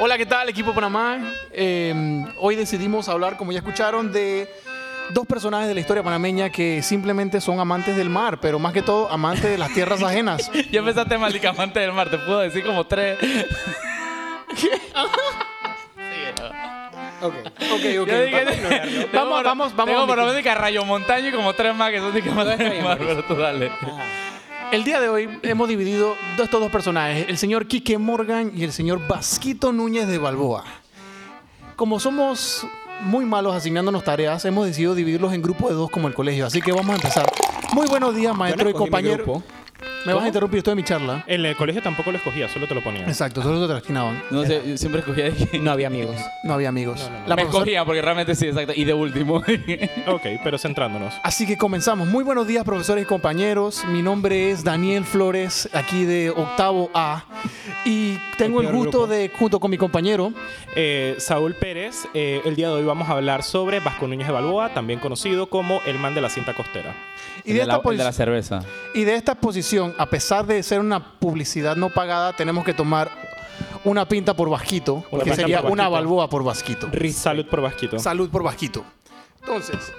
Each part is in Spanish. Hola, ¿qué tal, equipo Panamá? Eh, hoy decidimos hablar, como ya escucharon, de dos personajes de la historia panameña que simplemente son amantes del mar, pero más que todo amantes de las tierras ajenas. Ya empezaste malicamante del mar, te puedo decir como tres. Ok, ok, ok. Yo dije- Tengo Vamos, vamos, por- vamos. Tengo vamos por lo a menos que a Rayo Montaño y como tres más que son de que amantes del mar, pero tú dale. El día de hoy hemos dividido de estos dos personajes, el señor Quique Morgan y el señor Vasquito Núñez de Balboa. Como somos muy malos asignándonos tareas, hemos decidido dividirlos en grupos de dos como el colegio. Así que vamos a empezar. Muy buenos días, maestro y compañero. Me vas a interrumpir esto de mi charla. En el colegio tampoco lo escogía, solo te lo ponía. Exacto, solo te trastinaban. No sé, yo siempre escogía de que... No había amigos. No había amigos. La me profesora- escogía porque realmente sí, exacto. Y de último. Ok, pero centrándonos. Así que comenzamos. Muy buenos días, profesores y compañeros. Mi nombre es Daniel Flores, aquí de octavo A. Y tengo el, peor gusto grupo. de, junto con mi compañero, Eh, Saúl Pérez, eh, el día de hoy vamos a hablar sobre Vasco Núñez de Balboa, también conocido como el man de la cinta costera. y de, El la, esta el de la cerveza. posi- y de esta posición, a pesar de ser una publicidad no pagada, tenemos que tomar una pinta por Vasquito, Una que pinta sería por una Vasquito. balboa por Vasquito. Salud por Vasquito. Salud por Vasquito. Entonces,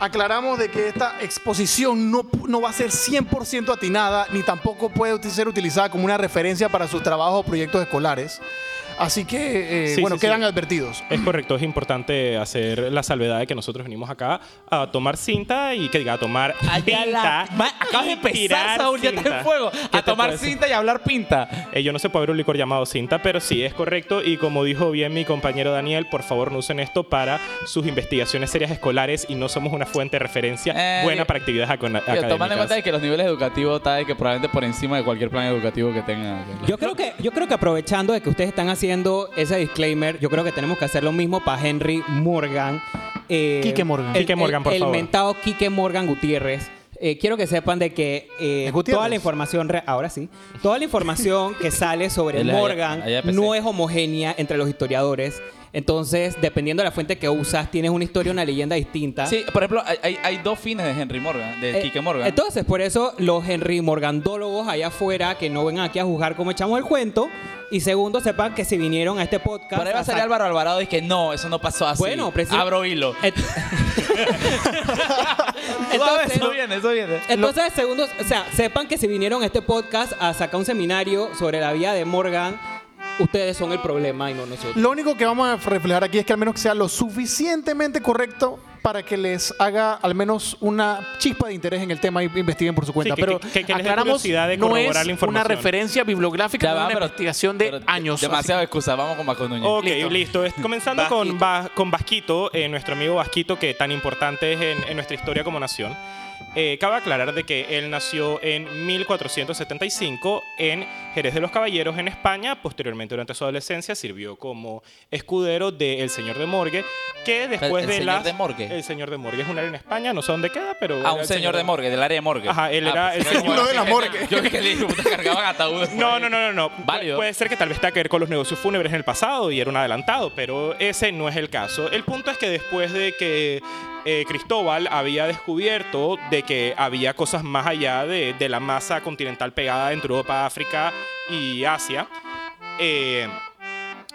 aclaramos de que esta exposición no, pu- no va a ser 100% atinada, ni tampoco puede uti- ser utilizada como una referencia para sus trabajos o proyectos escolares. Así que, eh, Sí, bueno, sí, quedan sí. advertidos. Es correcto, es importante hacer la salvedad de que nosotros venimos acá a tomar cinta y que diga a tomar Allá pinta. la- Ma- Acabas de y empezar, tirar Saúl, ya está cinta. en fuego. ¿Qué A te tomar parece? cinta y hablar pinta. Eh, yo no sé puede haber un licor llamado cinta, pero sí es correcto. Y como dijo bien mi compañero Daniel, por favor no usen esto para sus investigaciones serias escolares y no somos una fuente de referencia Eh, buena yo- para actividades aco- Oye, Tomando en cuenta de académicas. que los niveles educativos está de que probablemente por encima de cualquier plan educativo que tengan. Yo creo que, yo creo que aprovechando de que ustedes están haciendo ese disclaimer, yo creo que tenemos que hacer lo mismo para Henry Morgan. eh, Quique Morgan. El, Quique Morgan, el- por el favor. mentado Quique Morgan Gutiérrez. Eh, quiero que sepan de que eh, ¿Es Gutiérrez? toda la información, re- ahora sí, toda la información que sale sobre Él es Morgan allá- allá de PC. no es homogénea entre los historiadores. Entonces, dependiendo de la fuente que usas, tienes una historia, una leyenda distinta. Sí, por ejemplo, hay, hay, hay dos fines de Henry Morgan, de Eh, Kike Morgan. Entonces, por eso los Henry Morgandólogos allá afuera que no vengan aquí a juzgar cómo echamos el cuento. Y segundo, sepan que si vinieron a este podcast. Por ahí va a salir sac- Álvaro Alvarado y que no, eso no pasó así. Bueno, preci- Abro hilo. Et- Suave, Entonces, eso viene, eso viene. entonces, segundo, o sea, sepan que si vinieron a este podcast a sacar un seminario sobre la vida de Morgan, ustedes son el problema y no nosotros. Lo único que vamos a reflejar aquí es que al menos sea lo suficientemente correcto para que les haga al menos una chispa de interés en el tema y investiguen por su cuenta. que- pero que- que- que les dé aclaramos, curiosidad de no corroborar es la una información. referencia bibliográfica, Ya no va, es una pero- investigación de pero años. Así Demasiado excusa, vamos con Vasco Núñez. Ok, Listo. listo. Es- Comenzando con, Vasquito. Va- con Vasquito, eh, nuestro amigo Vasquito, que tan importante es en, en nuestra historia como nación. Eh, cabe aclarar de que él nació en 1475 en Jerez de los Caballeros, en España. Posteriormente, durante su adolescencia, sirvió como escudero del señor de Morgue, que después el de señor las- de Morgue. El señor de Morgue es un área en España, no sé dónde queda, pero... A era un el señor de morgue, del área de morgue. Ah, pues, Ajá, él era el pensé que señor- era de la gente- morgue. Yo que le dije, puta, cargaban ataúdes. No, no, no, no, no. Válido. Puede ser que tal vez tenga que ver con los negocios fúnebres en el pasado y era un adelantado, pero ese no es el caso. El punto es que después de que eh, Cristóbal había descubierto de que había cosas más allá de, de la masa continental pegada entre Europa, África y Asia, eh,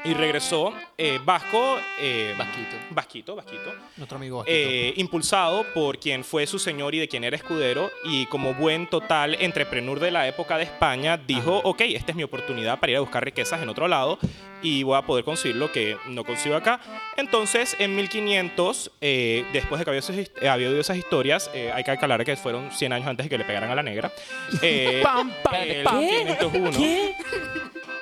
y regresó eh, Vasco, eh, Vasquito. Vasquito, Vasquito, Nuestro amigo Vasquito. eh, impulsado por quien fue su señor y de quien era escudero, y como buen total entrepreneur de la época de España, dijo, ok, esta es mi oportunidad para ir a buscar riquezas en otro lado y voy a poder conseguir lo que no consigo acá. Entonces, en 1500, eh, después de que había, sus hist- eh, había oído esas historias, eh, hay que aclarar que fueron 100 años antes de que le pegaran a la negra. Eh, Pam, pam, el pam. 1501,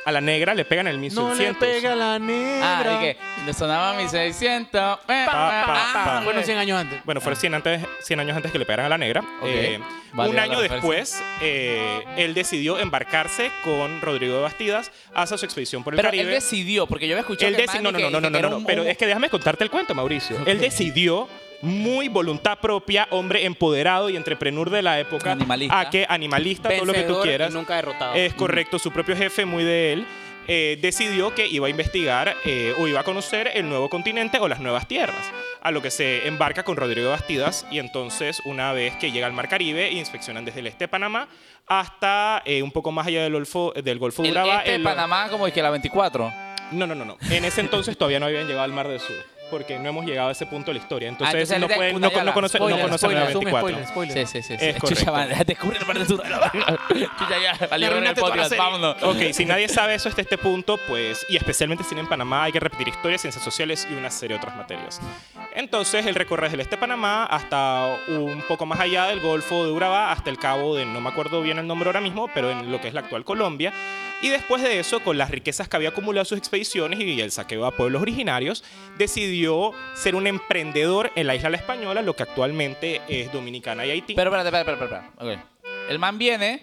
A la negra le pegan en el 1600. la Ah, negra. y que le sonaba mi 600. eh, pa, ah, pa. güey. Fueron 100 años antes. Bueno, fueron 100, antes, 100 años antes que le pegaran a la negra. Ok. Eh, Vale, un la año referencia. después, eh, él decidió embarcarse con Rodrigo de Bastidas hacia su expedición por el Pero Caribe. él decidió, porque yo había escuchado Él que el deci- man no, no, que- no, no, que no, no, era no, un- pero un- es que déjame contarte el cuento, Mauricio. Él decidió, muy voluntad propia, hombre empoderado y entrepreneur de la época, Animalista. a que animalista, todo lo que tú Vencedor quieras. y nunca derrotado. Es correcto, su propio jefe, muy de él, eh, decidió que iba a investigar eh, o iba a conocer el nuevo continente o las nuevas tierras, a lo que se embarca con Rodrigo Bastidas y entonces una vez que llega al Mar Caribe, inspeccionan desde el este de Panamá hasta eh, un poco más allá del Golfo, del Golfo de el Urabá, este de el- Panamá como es que la 24. No, no, no, no. En ese entonces todavía no habían llegado al Mar del Sur, porque no hemos llegado a ese punto de la historia. Entonces, Ah, entonces no, ahorita pueden, no, Cundayala. no conocen, no Spoiler, conocen la spoiler, son 24. spoilers, spoilers. Sí, sí, sí. sí. Es Chucha, correcto. man, descubre la parte de sur. Chucha, ya, valió el arruinaste toda la podcast, serie. vámonos. Ok, si nadie sabe eso hasta este punto, pues, y especialmente si en Panamá, hay que repetir historias, ciencias sociales y una serie de otras materias. Entonces, el recorre desde el este de Panamá hasta un poco más allá del Golfo de Urabá, hasta el cabo de, no me acuerdo bien el nombre ahora mismo, pero en lo que es la actual Colombia. Y después de eso, con las riquezas que había acumulado sus expediciones y el saqueo a pueblos originarios, decidió ser un emprendedor en la isla La Española, lo que actualmente es Dominicana y Haití, Pero espérate, espérate, espérate. espérate. Ok. El man viene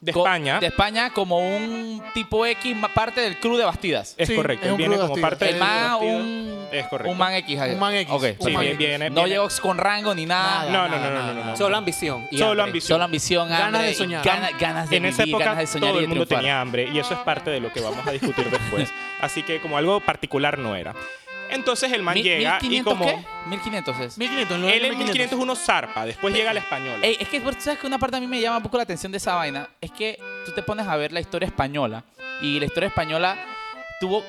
de co- España. De España como un tipo X, ma- parte del crew de Bastidas. es Sí, correcto, es un viene crudo como activo. parte El de del- man, Bastidas. un, Es correcto. un man X. Un man X. Ok, Sí, Sí, perfecto. bien, viene- No viene- llegó con rango ni Nada, nada. No, no, no, no, no, no. Solo ambición. y Solo hambre. ambición. Solo ambición, Ganas hambre de y soñar. gana- ganas de en esa vivir, época ganas de soñar todo y de el mundo triunfar. tenía hambre y eso es parte de lo que vamos a discutir después. Así que como algo particular no era. Entonces el man Mil- llega y 1500 como qué? 1500 es. 1500, lo de él en 1501 zarpa, después llega la española. Ey, es que tú sabes que una parte a mí me llama un poco la atención de esa vaina. Es que tú te pones a ver la historia española. Y la historia española tuvo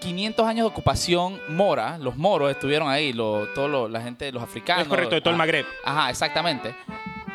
500 años de ocupación mora. Los moros estuvieron ahí. Lo, todo lo- la gente, los africanos. es correcto, de todo el Ah, Magreb. Ajá, exactamente.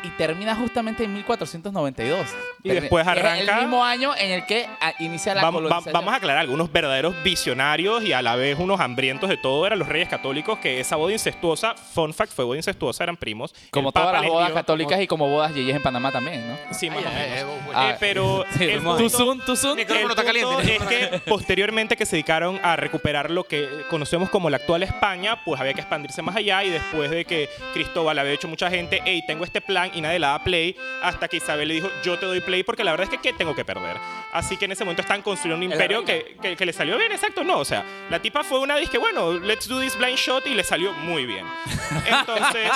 Y termina justamente en 1492. Y Termi- después es arranca- el mismo año en el que ah, inicia la Vamos, va- colonización. vamos a aclarar, algunos verdaderos visionarios y a la vez unos hambrientos de todo eran los reyes católicos, que esa boda incestuosa, fun fact, fue boda incestuosa, eran primos. Como El Papa todas las les bodas dio- católicas y como bodas yeyes en Panamá también, ¿no? Sí, más o menos. Ah, Eh, pero sí, el fuimos ahí. punto- Tuzun, Tuzun. El punto es que posteriormente que se dedicaron a recuperar lo que conocemos como la actual España, pues había que expandirse más allá y después de que Cristóbal había hecho mucha gente, hey, tengo este plan y nadie le daba play, hasta que Isabel le dijo, yo te doy play porque la verdad es que ¿qué tengo que perder? Así que en ese momento están construyendo un la imperio reina. que, que, que le salió bien, exacto, no, o sea, la tipa fue una vez que, bueno, let's do this blind shot y le salió muy bien. Entonces...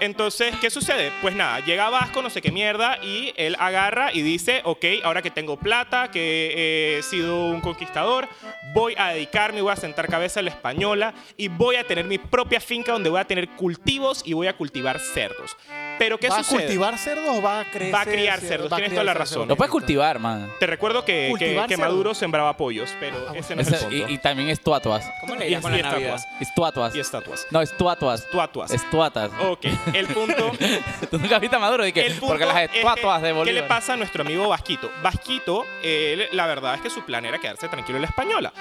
Entonces, ¿qué sucede? Pues nada, llega Vasco, no sé qué mierda, y él agarra y dice, ok, ahora que tengo plata, que he sido un conquistador, voy a dedicarme, voy a sentar cabeza en la española y voy a tener mi propia finca donde voy a tener cultivos y voy a cultivar cerdos. Pero ¿qué ¿Va a sucede? cultivar cerdos o va a crecer? Va a criar cerdos, va a tienes criar toda la cerdos? razón. Lo puedes cultivar, man. Te recuerdo que, que- ¿Cultivar Ah, que cerdos? Maduro sembraba pollos, pero ese no es el Ese- punto. y, y también es tuatuas. ¿Cómo le Y- dirían con y la Navidad? estatuas. Es tuatuas. Y estatuas. No, es tuatuas. Tuatuas. Es tuatas. Ok, el punto Tú nunca viste a Maduro y que El punto porque las es que, estatuas de Bolívar. ¿Qué le pasa a nuestro amigo Vasquito? Vasquito, él, la verdad es que su plan era quedarse tranquilo en la española.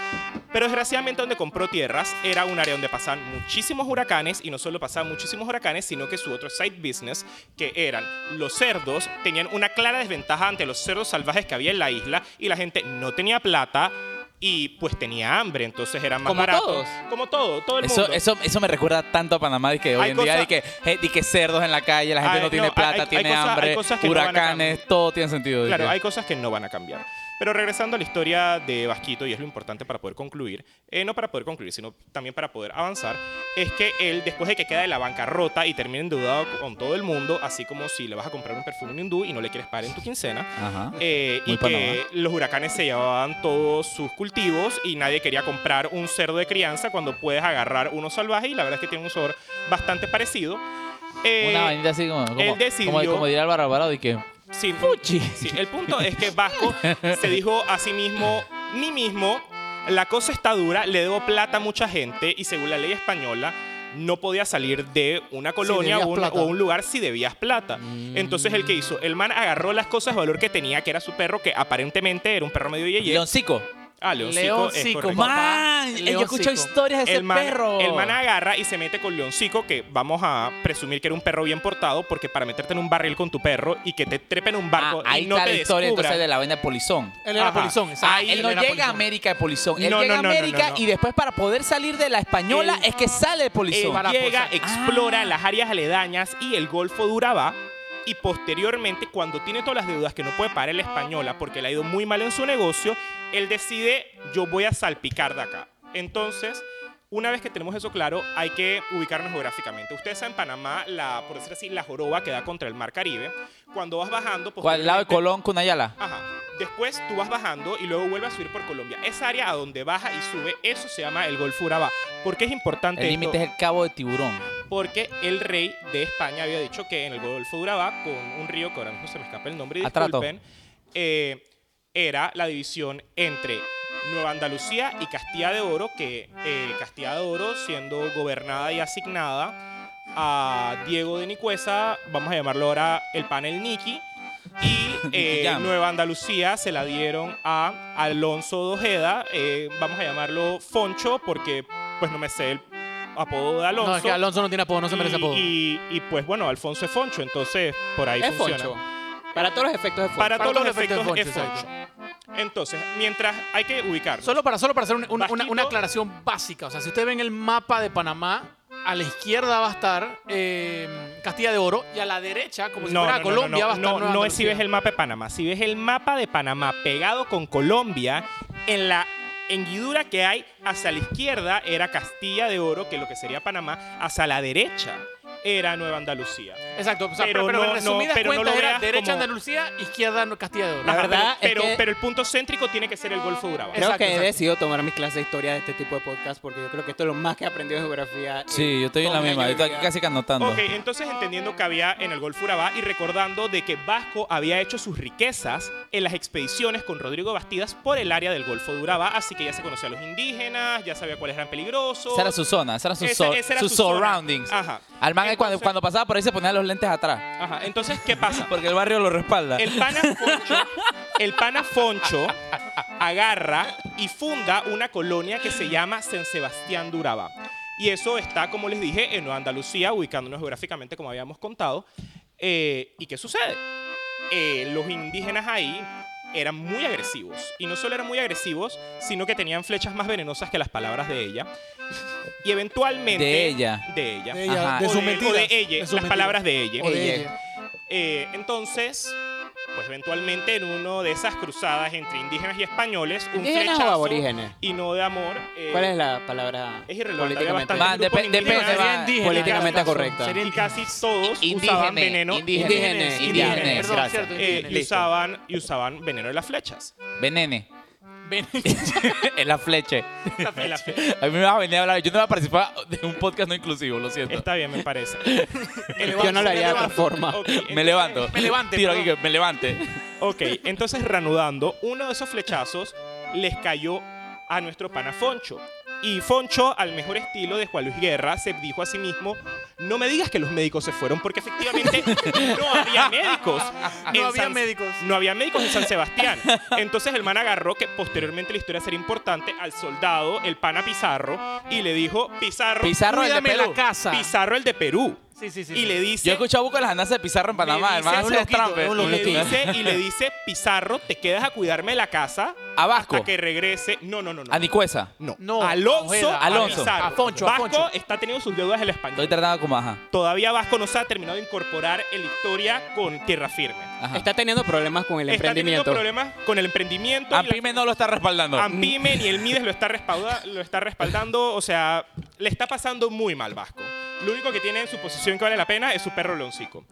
Pero desgraciadamente donde compró tierras era un área donde pasaban muchísimos huracanes y no solo pasaban muchísimos huracanes, sino que su otro side business, que eran los cerdos, tenían una clara desventaja ante los cerdos salvajes que había en la isla y la gente no tenía plata y pues tenía hambre, entonces era más Como barato. todos. Como todo, todo el Eso, mundo. eso, eso me recuerda tanto a Panamá de que hoy Hay en día de cosas- que, eh, de que cerdos en la calle, la gente Ay, no tiene no, hay- plata, hay tiene cosas- hay hambre, cosas que no van a huracanes, cambiar. todo tiene sentido. de Claro, que- hay cosas que no van a cambiar. Pero regresando a la historia de Vasquito, y es lo importante para poder concluir, eh, no para poder concluir, sino también para poder avanzar, es que él, después de que queda de la bancarrota y termina endeudado con todo el mundo, así como si le vas a comprar un perfume hindú y no le quieres pagar en tu quincena, Ajá. eh, Muy y que los huracanes se llevaban todos sus cultivos y nadie quería comprar un cerdo de crianza cuando puedes agarrar uno salvaje y la verdad es que tiene un sabor bastante parecido. Eh, Una vainita así como, como, él como, decidió- como diría Álvaro Alvarado y que Sí, sí, el punto es que Vasco se dijo a sí mismo, ni mismo, la cosa está dura, le debo plata a mucha gente y según la ley española no podía salir de una colonia debías o, un, plata. o un lugar si debías plata. Entonces, ¿el que hizo? El man agarró las cosas de valor que tenía, que era su perro, que aparentemente era un perro medio yeye. Leoncico. Ah, Leoncico. es Leoncico, correcto. papá, Man, eh, yo he escuchado Leoncico. historias de ese el man, perro. el man agarra y se mete con Leoncico, que vamos a presumir que era un perro bien portado, porque para meterte en un barril con tu perro y que te trepe en un barco Ah, ahí y no está te la historia descubran, entonces de la vaina de polizón. Él era Ajá. polizón, exacto. Ah, él no era llega a polizón. América de polizón. Él No, llega no, no, a no, América no, Eh, no. y después para poder salir de la española Él- es que sale de Él polizón. llega, explora Ah. las áreas aledañas y el Golfo de Urabá. Y posteriormente, cuando tiene todas las deudas que no puede pagar en la española porque le ha ido muy mal en su negocio, él decide, yo voy a salpicar de acá. Entonces, una vez que tenemos eso claro, hay que ubicarnos geográficamente. Ustedes saben, Panamá, la, por decir así, la joroba que da contra el Mar Caribe. Cuando vas bajando... ¿Cuál lado de posteriormente- Colón, Cunayala? Ajá. Después tú vas bajando y luego vuelves a subir por Colombia. Esa área a donde baja y sube, eso se llama el Golfo Urabá. ¿Por qué es importante El esto? límite es el cabo de tiburón. porque el rey de España había dicho que en el Golfo de Urabá, con un río que ahora mismo se me escapa el nombre, Atrato. disculpen, eh, era la división entre Nueva Andalucía y Castilla de Oro, que eh, Castilla de Oro siendo gobernada y asignada a Diego de Nicuesa, vamos a llamarlo ahora el panel Niki, y eh, Jam. Nueva Andalucía se la dieron a Alonso de Ojeda, eh, vamos a llamarlo Foncho, porque pues no me sé el apodo de Alonso. No, es que Alonso no tiene apodo, no se merece y, apodo. y, y, pues bueno, Alfonso es Foncho, entonces por ahí Es funciona. Foncho. Para todos los efectos es Foncho. Para, Para todos todos los los efectos, efectos es es Foncho, Foncho. Entonces, mientras hay que ubicar. Ah, Solo para, solo para hacer un- un- una, Vasquito. una aclaración básica. O sea, si ustedes ven el mapa de Panamá, a la izquierda va a estar eh, Castilla de Oro y a la derecha, como si fuera Colombia, va a estar no, Nueva no es si ves Andalucía. el mapa de Panamá. Si ves el mapa de Panamá pegado con Colombia, en la hendidura que hay hacia la izquierda era Castilla de Oro, que es lo que sería Panamá, hacia la derecha era Nueva Andalucía. Exacto. O sea, pero pero, no- en no, resumidas pero no lo cuentas era veas derecha como- Andalucía, izquierda no- Castilla de Oro. La Ajá, verdad pero, pero, es que- pero el punto céntrico tiene que ser el Golfo de Urabá. Es- Creo Exacto, que he exacto. decidido tomar mis clases de historia de este tipo de podcast porque yo creo que esto es lo más que he aprendido de geografía. Sí, yo estoy en la Todo mi misma. Yo año de estoy vida. casi que anotando. Ok, entonces entendiendo que había en el Golfo Urabá y recordando de que Vasco había hecho sus riquezas en las expediciones con Rodrigo Bastidas por el área del Golfo de Urabá, así que ya se conocía a los indígenas, ya sabía cuáles eran peligrosos. Esa era su zona, esa era su, Ese- so- esa era sus su zona. surroundings. Ajá. Al man ahí cuando, Entonces- cuando pasaba por ahí se ponía los lentes atrás. Ajá, entonces, ¿qué pasa? Ah, Porque el barrio lo respalda. El pana Foncho, el pana Foncho agarra y funda una colonia que se llama San Sebastián de Urabá. Y eso está, como les dije, en Nueva Andalucía, ubicándonos geográficamente, como habíamos contado. Eh, ¿Y qué sucede? Eh, los indígenas ahí eran muy agresivos. Y no solo eran muy agresivos, sino que tenían flechas más venenosas que las palabras de ella. Y eventualmente... De ella. De ella. De ella, Ajá. de O sus de- o mentiras. de ella, de sus las mentiras. palabras de ella. O de Ella. ella. Eh, entonces, pues eventualmente en una de esas cruzadas entre indígenas y españoles, un ¿Indígenas o flechazo aborígenes? y no de amor. eh, ¿Cuál es la palabra Es irrelevante, políticamente? había Va, bastante- depe- grupo depende, indígena va. Sería indígena. Políticamente Tienes razón, correcta. sería Y indígena. casi todos Indígenes, usaban veneno. indígenes, Indígenes, indígenes. Perdón, gracias. cierto, eh, indígenes. y, usaban, y usaban veneno de las flechas. Venene. Ven- en la fleche. En la- A mí me vas a venir a hablar. Yo no voy a participar de un podcast no inclusivo, lo siento. Está bien, me parece. Yo no lo haría de otra forma. Ok, Me entonces- levanto. Me levante, Tiro aquí que perdón. me levante. Ok, entonces reanudando, uno de esos flechazos les cayó a nuestro pana Foncho. Y Foncho, al mejor estilo de Juan Luis Guerra, se dijo a sí mismo, no me digas que los médicos se fueron, porque efectivamente no había médicos. en había médicos. No había médicos en San Sebastián. Entonces el man agarró, que posteriormente la historia sería importante, al soldado, el pana Pizarro, y le dijo, Pizarro, Pizarro el de Cuídame Perú. la casa. Pizarro el de Perú. Sí, sí, sí. Y le dice... Yo he escuchado buco las andanzas de Pizarro en Panamá. Me El man dice hace un loquito, trampa. es un y le loquito. dice, y le dice, Pizarro, te quedas a cuidarme la casa A Vasco. hasta que regrese. No, no, no, no. A Nicuesa. no. No, Alonso, Ojeda, Alonso. a Pizarro. A Foncho, a Vasco Foncho. está teniendo sus deudas el Estoy español. tratando como ajá. Todavía Vasco no se ha terminado de incorporar en la historia con tierra firme. ajá. Está teniendo problemas con el está teniendo emprendimiento. problemas con el emprendimiento. y la- Ampime no lo está respaldando. Ampime ni el Mides lo está, respalda- lo está respaldando. O sea, le está pasando muy mal Vasco. Lo único que tiene en su posición que vale la pena es su perro Loncico.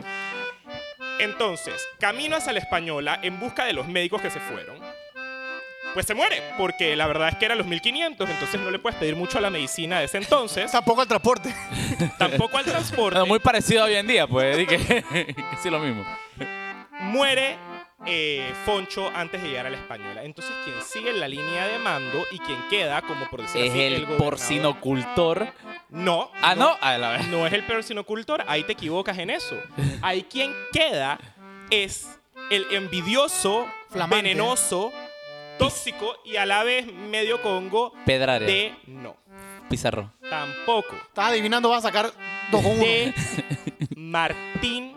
Entonces, camino hacia la española en busca de los médicos que se fueron. Pues se muere, porque la verdad es que eran los 1500, entonces no le puedes pedir mucho a la medicina de ese entonces, Tampoco el transporte. tampoco al transporte. Bueno, muy parecido a hoy en día, pues. di que- que sí, lo mismo. muere eh, Foncho antes de llegar a la española. Entonces, quien sigue en la línea de mando y quien queda, como por decir Es así, el gobernador- porcinocultor. No. Ah, no. A la vez. No es el porcinocultor, ahí te equivocas en eso. Ahí quien queda es el envidioso, Flamante. venenoso, tóxico y a la vez medio congo Pedraria. de no. Pizarro. Tampoco. Estás adivinando, vas a sacar dos con uno. De Martín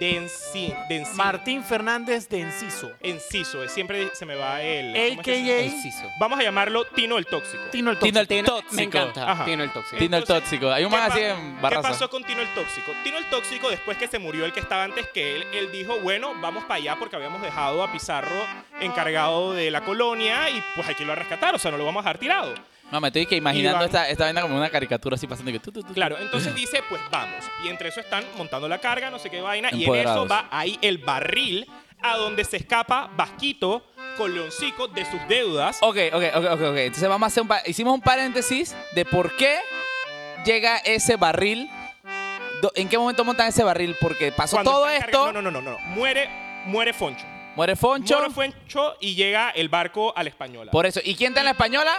Denci, Denci- Martín Fernández de Enciso. Enciso. Siempre se me va el... ¿cómo es que se- AKA Vamos a llamarlo Tino el Tóxico. Tino el Tino Tóxico. el tóxico. Me encanta. Ajá. Tiene el tóxico. Tino el Entonces, tóxico. Hay un ¿Qué man así pa- en barraza. ¿Qué pasó con Tino el Tóxico? Tino el Tóxico, después que se murió el que estaba antes que él, él dijo, bueno, vamos para allá porque habíamos dejado a Pizarro encargado de la colonia y pues aquí lo va a rescatar, o sea, no lo vamos a dejar tirado. No, me estoy que imaginando Iván. esta, esta vaina como una caricatura así pasando. Que, tu, tu, tu, tu. Claro, entonces dice, pues vamos. Y entre eso están montando la carga, no sé qué vaina, y en eso Empoderados. va ahí el barril a donde se escapa Vasquito con Leoncico de sus deudas. Ok, ok, ok, ok, ok. Entonces vamos a hacer un pa- hicimos un paréntesis de por qué llega ese barril. Do- ¿En qué momento montan ese barril? Porque pasó cuando todo están esto. cargando- No, no, no, no, no. Muere, muere Foncho. Muere Foncho. Moro Fuencho y llega el barco a la española. Por eso. ¿Y quién está en la española?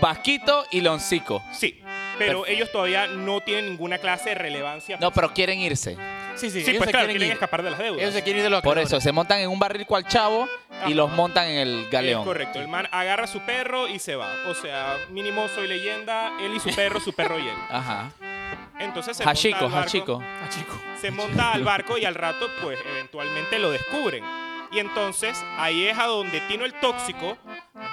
Vasquito y Loncico. Sí, pero ellos todavía no tienen ninguna clase de relevancia. No, pero quieren irse. Sí, sí, sí, ellos pues se claro, quieren quieren ir. escapar de las deudas. Ellos se quieren ir de los Por acreedores. eso, se montan en un barril cual chavo Ajá. y los montan en el Es galeón. correcto, el man agarra a su perro y se va. O sea, mínimo soy leyenda, él y su perro, su perro y él. Ajá. Entonces se monta Hachiko, al barco, Hachiko. Ah, chico. Se monta al barco y al rato, pues eventualmente lo descubren. Y entonces ahí es a donde Tino el Tóxico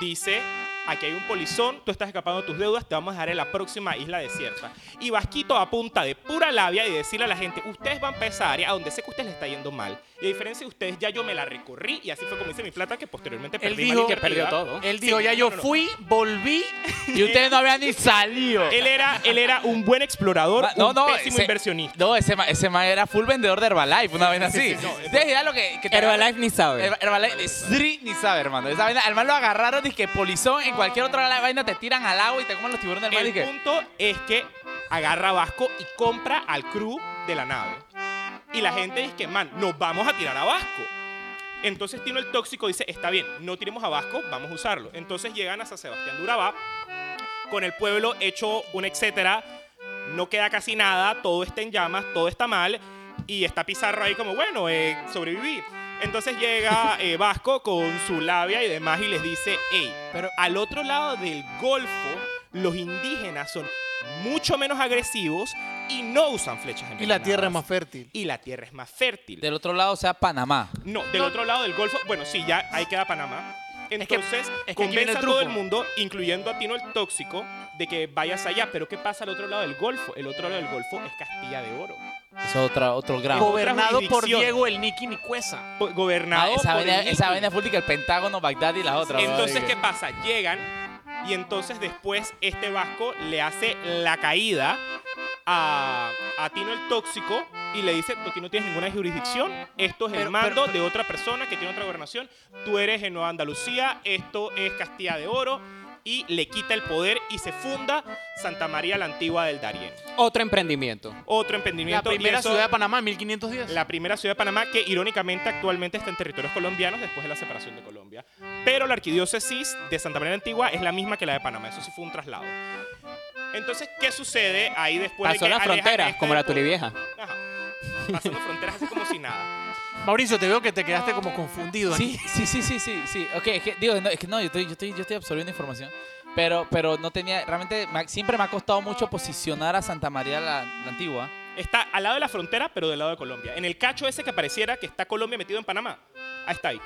dice: Aquí hay un polizón, tú estás escapando de tus deudas, te vamos a dejar en la próxima isla desierta. Y Vasquito apunta de pura labia y decirle a la gente: Ustedes van para esa área a donde sé que a ustedes les está yendo mal. Y a diferencia de ustedes, ya yo me la recorrí y así fue como hice mi plata que posteriormente perdí. Él mal dijo, invertida. perdió todo. Él Sí, dijo, ya no, yo no, no. fui, volví y ustedes no habían ni salido. Él era, él era un buen explorador, Ma- no, un no, pésimo ese- inversionista. No, ese man, ese man era full vendedor de Herbalife, una vaina así. sí, no, es- Ustedes ya lo que, que te- Herbalife ni sabe. Herba- Herbalife, Sri ni sabe, hermano. Esa vaina, hermano, lo agarraron, que polizón, en cualquier otra vaina te tiran al agua y te comen los tiburones del mar. El dizque, punto es que agarra a Vasco y compra al crew de la nave. Y la gente dice que, man, nos vamos a tirar a Vasco. Entonces Tino el Tóxico dice, está bien, no tiremos a Vasco, vamos a usarlo. Entonces llegan a San Sebastián de Urabá, con el pueblo hecho un etcétera, no queda casi nada, todo está en llamas, todo está mal, y está Pizarro ahí como, bueno, eh, sobreviví. Entonces llega eh, Vasco con su labia y demás y les dice, hey, pero al otro lado del Golfo, los indígenas son mucho menos agresivos y no usan flechas Y la tierra es más fértil. fértil. Y la tierra es más fértil. Del otro lado, o sea, Panamá. No, del otro lado del Golfo, bueno, sí, ya ahí queda Panamá. que- Entonces, que aquí viene convence el a todo el truco. mundo, incluyendo a Tino el Tóxico, de que vayas allá. Pero ¿qué pasa al otro lado del Golfo? El otro lado del Golfo es Castilla de Oro. Eso es otra, otro grado. Gobernado otra por jurisdicción. Diego el Niki Nicuesa. Po- Pues, Gobernado Ah, esa por vaina, el esa Nicky. vaina es full, dizque el Pentágono, Bagdad y la otra. Entonces, ¿verdad? ¿qué pasa? Llegan y entonces después este vasco le hace la caída a, a Tino el Tóxico y le dice, tú aquí no tienes ninguna jurisdicción, esto es el Pero- mando pero- de otra persona que tiene otra gobernación, tú eres en Nueva Andalucía, esto es Castilla de Oro y le quita el poder y se funda Santa María la Antigua del Darién. Otro emprendimiento. Otro La emprendimiento. y primera eso- ciudad de Panamá, 1510. la primera ciudad de Panamá que irónicamente actualmente está en territorios colombianos después de la separación de Colombia. Pero la arquidiócesis de Santa María la Antigua es la misma que la de Panamá. Eso sí fue un traslado. Entonces, ¿qué sucede ahí después Pasó de que las alejan fronteras, este como la pueblo? Tulivieja. Ajá. Pasó las fronteras así como si nada. Mauricio, te veo que te quedaste como confundido. Sí, sí, sí, sí, sí, sí. Ok, es que, digo, no, es que no, yo estoy, yo estoy, yo estoy absorbiendo información. Pero, pero no tenía, realmente me ha- siempre me ha costado mucho posicionar a Santa María la, la Antigua. Está al lado de la frontera, pero del lado de Colombia. En el cacho ese que pareciera que está Colombia metido en Panamá. Ahí está ahí.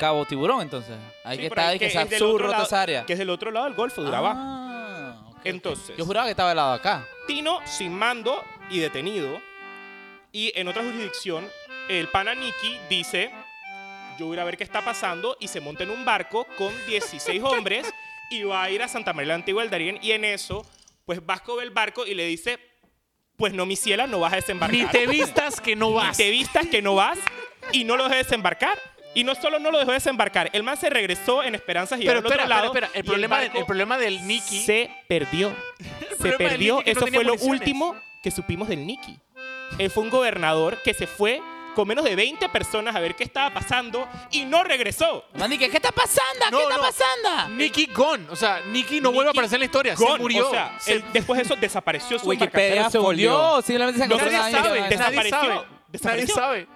Cabo Tiburón, entonces. Ahí Sí, que por está, ahí, ahí que es del Sazur, otro lado- esa área. Que es del otro lado del Golfo, Duraba. Ah, ok, ok. Entonces. Yo juraba que estaba al lado de acá. Tino sin mando y detenido. Y en otra jurisdicción, el pana Nicky dice, yo voy a ir a ver qué está pasando y se monta en un barco con 16 hombres y va a ir a Santa María la Antigua del Darién. Y en eso, pues Vasco ve el barco y le dice, pues no, mi ciela, no vas a desembarcar. Ni te vistas que no Ni vas. te vistas que no vas y no lo dejes desembarcar. Y no solo no lo dejó desembarcar, el man se regresó en esperanzas y al Pero otro espera, espera, lado. espera. y El problema, del- barco el problema del Niki. se perdió. Se problema del perdió. Nicky que no Eso tenía fue lo municiones. último que supimos del Nicky. Él fue un gobernador que se fue con menos de 20 personas a ver qué estaba pasando y no regresó. Mandy, ¿qué, qué está pasando? ¿Qué No, está no. pasando? Nicky gone. O sea, Nicky no vuelve a Nicky aparecer en la historia. Gone. se murió. O sea, Se- él después de eso desapareció su Wikipedia embarcación. se volvió. simplemente se No, encontró nadie una vaina sabe, que- te está- nadie desapareció. sabe. Nadie Desapareció. sabe.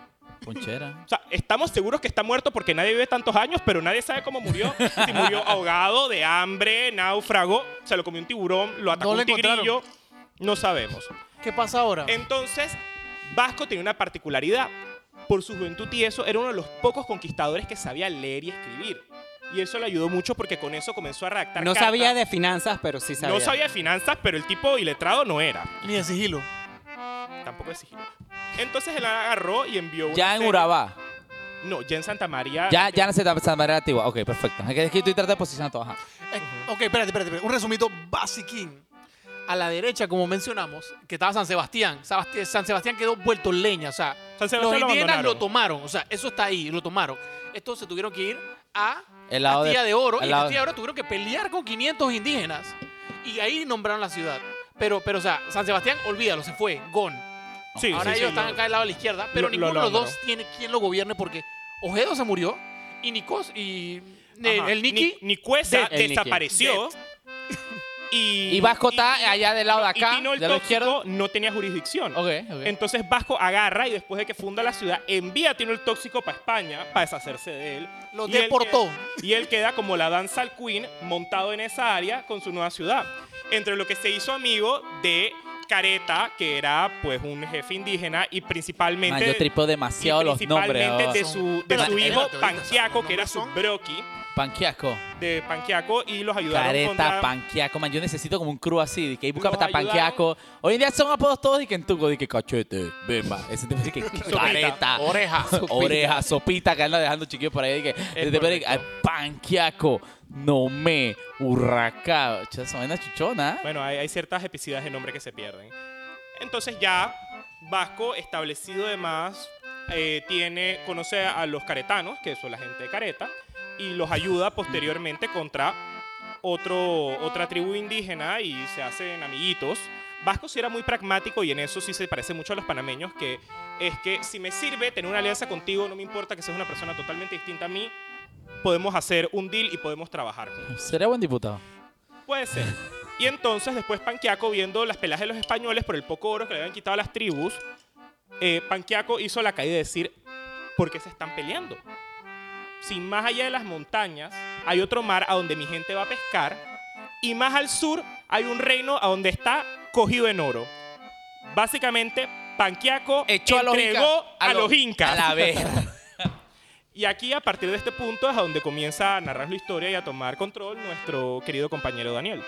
Ponchera. O sea, estamos seguros que está muerto porque nadie vive tantos años, pero nadie sabe cómo murió. Si murió ahogado, de hambre, náufrago, se lo comió un tiburón, lo atacó No lo un tigrillo. No sabemos. ¿Qué pasa ahora? Eh, Entonces, Vasco tenía una particularidad. Por su juventud y eso, era uno de los pocos conquistadores que sabía leer y escribir. Y eso le ayudó mucho porque con eso comenzó a redactar No cartas. sabía de finanzas, pero sí sabía. No sabía de finanzas, pero el tipo iletrado no era. Ni de sigilo. Eh, Tampoco de sigilo. Entonces él agarró y envió... una Ya en serie- Urabá. No, ya en Santa María. Ya, ya en Santa María la Antigua. Ok, perfecto. Es que- es que estoy tratando de posicionar todo. Ajá. Eh, ok, espérate, espérate, espérate. Un resumito basiquín. A la derecha, como mencionamos, que estaba San Sebastián. Sabasti- San Sebastián quedó vuelto leña. O sea, San Sebastián los lo indígenas lo abandonaron. tomaron. O sea, eso está ahí, lo tomaron. Estos se tuvieron que ir a El lado de- Castilla de, Oro. al Y en lado- Castilla de Oro tuvieron que pelear con 500 indígenas. Y ahí nombraron la ciudad. Pero, pero o sea, San Sebastián, olvídalo, se fue. Gone. Sí, Ahora sí, sí, ellos lo- están acá del lado de la izquierda, pero lo- lo ninguno de los lograron. dos tiene quien lo gobierne porque Ojedo se murió y Nicos y el, Ajá. el Nicky. Ni- Nicuesa Dead. El Nicky. desapareció. Y, Y Vasco está y- allá del lado de y acá, Tino el de la Tóxico izquierda. no tenía jurisdicción. Ok, ok. Entonces Vasco agarra y después de que funda la ciudad, envía a Tino el Tóxico para España para deshacerse de él. Lo Y él deportó. queda- y él queda como la danza al Queen montado en esa área con su nueva ciudad. Entre lo que se hizo amigo de Careta, que era pues un jefe indígena y principalmente... Man, yo tripo y demasiado los nombres. principalmente ah. de su, de Pero su espérate, hijo ahorita, Panquiaco, ¿sabes? que era su ¿Nombres broki oh, Panquiaco. de Panquiaco y los ayudaron Careta, contra... panquiaco, man. Yo necesito como un crew así. De que ahí busca Los hasta ayudaron. panquiaco. Hoy en día son apodos todos de que en tuco. De que cachete, beba. Ese tipo de que careta. Oreja. Oreja, sopita que anda dejando chiquillos por ahí. De que, de- de- de- correcto. panquiaco, no me, hurraca. Chas, son una chuchona. ¿eh? Bueno, hay, hay ciertas epicidades de nombre que se pierden. Entonces ya Vasco, establecido de más, eh, tiene, conoce a los caretanos, que son la gente de Careta, y los ayuda posteriormente contra otro, otra tribu indígena y se hacen amiguitos. Vasco sí era muy pragmático y en eso sí se parece mucho a los panameños, que es que si me sirve tener una alianza contigo, no me importa que seas una persona totalmente distinta a mí, podemos hacer un deal y podemos trabajar juntos. Sería buen diputado. Puede ser. Y entonces, después Panquiaco, viendo las pelajes de los españoles por el poco oro que le habían quitado a las tribus, eh, Panquiaco hizo la caída de decir, ¿por qué se están peleando? Si más allá de las montañas hay otro mar a donde mi gente va a pescar, y más al sur hay un reino a donde está cogido en oro. Básicamente, Panquiaco Echó a los entregó incas. a, los incas. A la vez. Y aquí, a partir de este punto, es a donde comienza a narrar la historia y a tomar control nuestro querido compañero Daniel.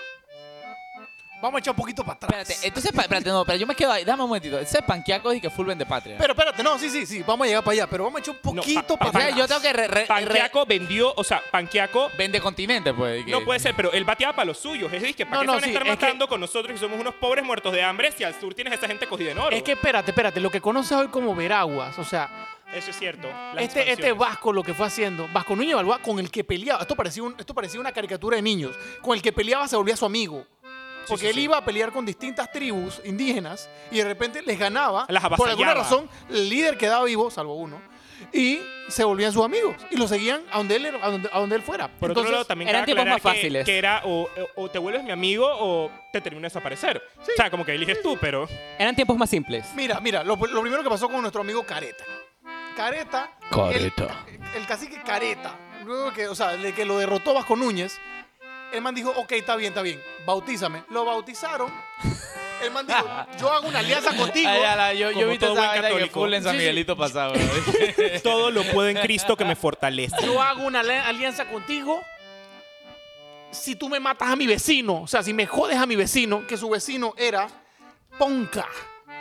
Vamos a echar un poquito para atrás. Espérate, entonces, pa- espérate, no, pero yo me quedo ahí. Dame un momentito. Ese panquiaco y que full de patria. Pero espérate, no, sí, sí, sí. Vamos a llegar para allá, pero vamos a echar un No, poquito pa- pa- para o sea, atrás. yo tengo que. Re, Eh, re- re- Panquiaco vendió, o sea, Panquiaco Vende continente, pues. y que- no puede ser, pero él bateaba para los suyos. Es decir, que ¿para No, qué no, se van a sí, estar es que- matando con nosotros que somos unos pobres muertos de hambre si al sur tienes a esa gente cogida en oro? Es que espérate, espérate, lo que conoces hoy como Veraguas, o sea, Eso es cierto. las este, este expansiones. Vasco lo que fue haciendo, Vasco Núñez Balboa con el que peleaba, Esto parecía, un- esto parecía una caricatura de niños. Con el que peleaba se volvía su amigo. Porque sí, él sí. iba a pelear con distintas tribus indígenas y de repente les ganaba. Las Por alguna razón, avasallaba. el líder quedaba vivo, salvo uno, y se volvían sus amigos. Y lo seguían a donde él, era- a donde, a donde él fuera. Por Entonces, otro lado, también eran cabe tiempos aclarar más que- fáciles. Que era o, o te vuelves mi amigo o te termino de desaparecer. O sea, como que eliges tú, pero Eran tiempos más simples. Mira, mira, lo, lo primero que pasó con nuestro amigo Careta. Careta. Careta. El, ca- el cacique Careta. Luego que, o sea, de que lo derrotó Vasco Núñez, el man dijo, ok, está bien, está bien, bautízame. Lo bautizaron. El man dijo, yo hago una alianza contigo. Ay, ala, yo, yo Como he visto todo esa buen vaina que católico. full en San Sí, sí. Miguelito pasaba. todo lo puedo en Cristo que me fortalece. yo hago una ale- alianza contigo si tú me matas a mi vecino, o sea, si me jodes a mi vecino, que su vecino era Ponca.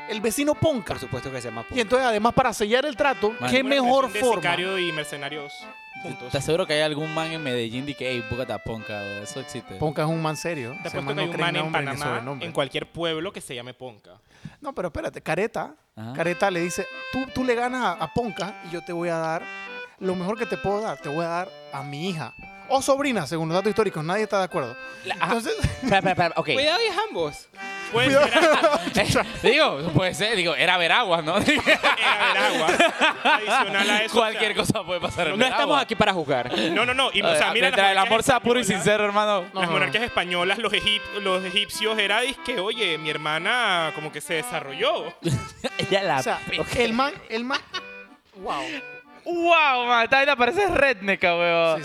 El vecino Ponca. Por supuesto que se llama Y entonces, además, para sellar el trato, Man. qué Una mejor versión de forma. sicario y mercenarios juntos. ¿Estás seguro que hay algún man en Medellín de que, hey, búscate a Ponca? o Eso existe. Ponca es un man serio. Te Ese man apuesto que hay no un cree man en nombre ni Panamá, sobrenombre. en cualquier pueblo que se llame Ponca. No, pero espérate, Careta, Ajá. Careta le dice, tú, tú le ganas a, a Ponca y yo te voy a dar lo mejor que te puedo dar, te voy a dar a mi hija. O sobrina, según los datos históricos, nadie está de acuerdo. Entonces, Espera, espera, espera, ok. Cuidado y es ambos. Puede ser agua, digo, puede ser, digo, era Veraguas, ¿no? era Veragua. Adicional a eso. o sea, Cualquier cosa puede pasar en No estamos Veragua. aquí para jugar. No, no, no. Y, A o ver, sea, mira, Eh, mientras el las amor sea puro y españolas- sincero, hermano. Las monarquías españolas, los, egip- los egipcios, era que, oye, mi hermana como que se desarrolló. Ella la. o sea, el man, el man, wow. ¡Wow, man! Esta vaina parece redneck, weón.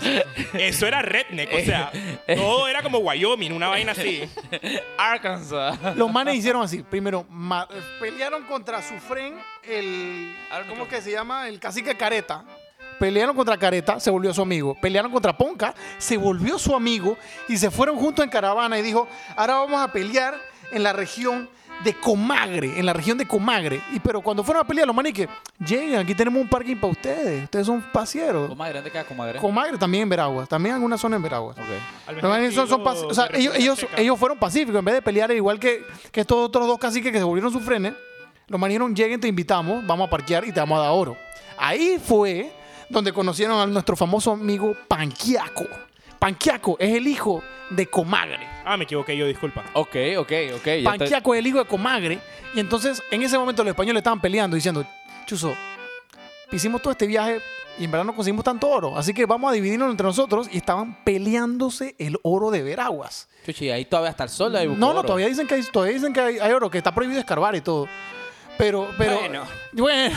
Eso era redneck, o sea, todo era como Wyoming, una vaina así. Arkansas. Los manes hicieron así, primero, ma- eh, pelearon contra Sufren, el, ¿cómo que se llama? El cacique Careta. Pelearon contra Careta, se volvió su amigo. Pelearon contra Ponca, se volvió su amigo. Y se fueron juntos en caravana y dijo, ahora vamos a pelear en la región de Comagre, en la región de Comagre. Y pero cuando fueron a pelear, los manes que, lleguen, aquí tenemos un parking para ustedes. Ustedes son pasieros. Comadre, ¿dónde queda comadre? Comagre también en Veraguas, también alguna zona en Veraguas. Ok. Al Los mejor manes son- son estilo paci- o sea, de ellos, República ellos, Checa. ellos fueron pacíficos. En vez de pelear, igual que, que estos otros dos caciques que se volvieron sus frenes, los manes dijeron, lleguen, te invitamos, vamos a parquear y te vamos a dar oro. Ahí fue donde conocieron a nuestro famoso amigo Panquiaco. Panquiaco es el hijo de Comagre. Ah, me equivoqué yo, disculpa. Ok, ok, ok. ya está- Panquiaco es el hijo de Comagre. Y entonces, en ese momento, los españoles estaban peleando, diciendo, Chuzo, hicimos todo este viaje Y en verdad no conseguimos tanto oro. Así que vamos a dividirlo entre nosotros. Y estaban peleándose el oro de Veraguas. Chuchi, ahí todavía hasta el sol hay No, no, todavía dicen que hay, todavía dicen que hay, hay oro, que está prohibido escarbar y todo. Pero, pero. Bueno. Bueno.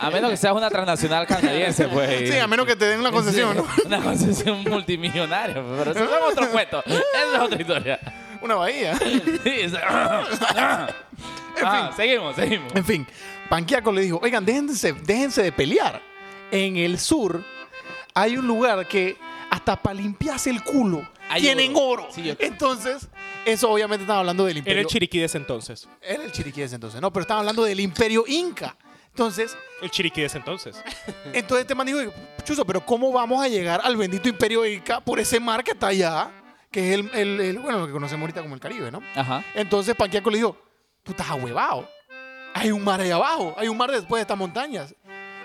A menos que seas una transnacional canadiense, pues. sí, a menos que te den una concesión, ¿no? Una concesión multimillonaria, pues, pero eso es otro cuento. Esa es otra historia. Una bahía. Sí, es- Ah, seguimos, seguimos. En fin, Panquiaco le dijo, oigan, déjense, déjense de pelear. En el sur hay un lugar que hasta para limpiarse el culo Hay tienen oro. oro. Sí, yo- Entonces, eso obviamente estaba hablando del imperio. Era el Chiriquí de ese entonces. Era el Chiriquí de ese entonces, no, pero estaba hablando del imperio inca. Entonces, El Chiriquí de ese entonces. entonces este man dijo, Chuzo, pero ¿cómo vamos a llegar al bendito imperio inca por ese mar que está allá? Que es el, el- el- bueno, lo que conocemos ahorita como el Caribe, ¿no? Ajá. Entonces Panquiaco le dijo, tú estás ahuevado. Hay un mar allá abajo, hay un mar después de estas montañas.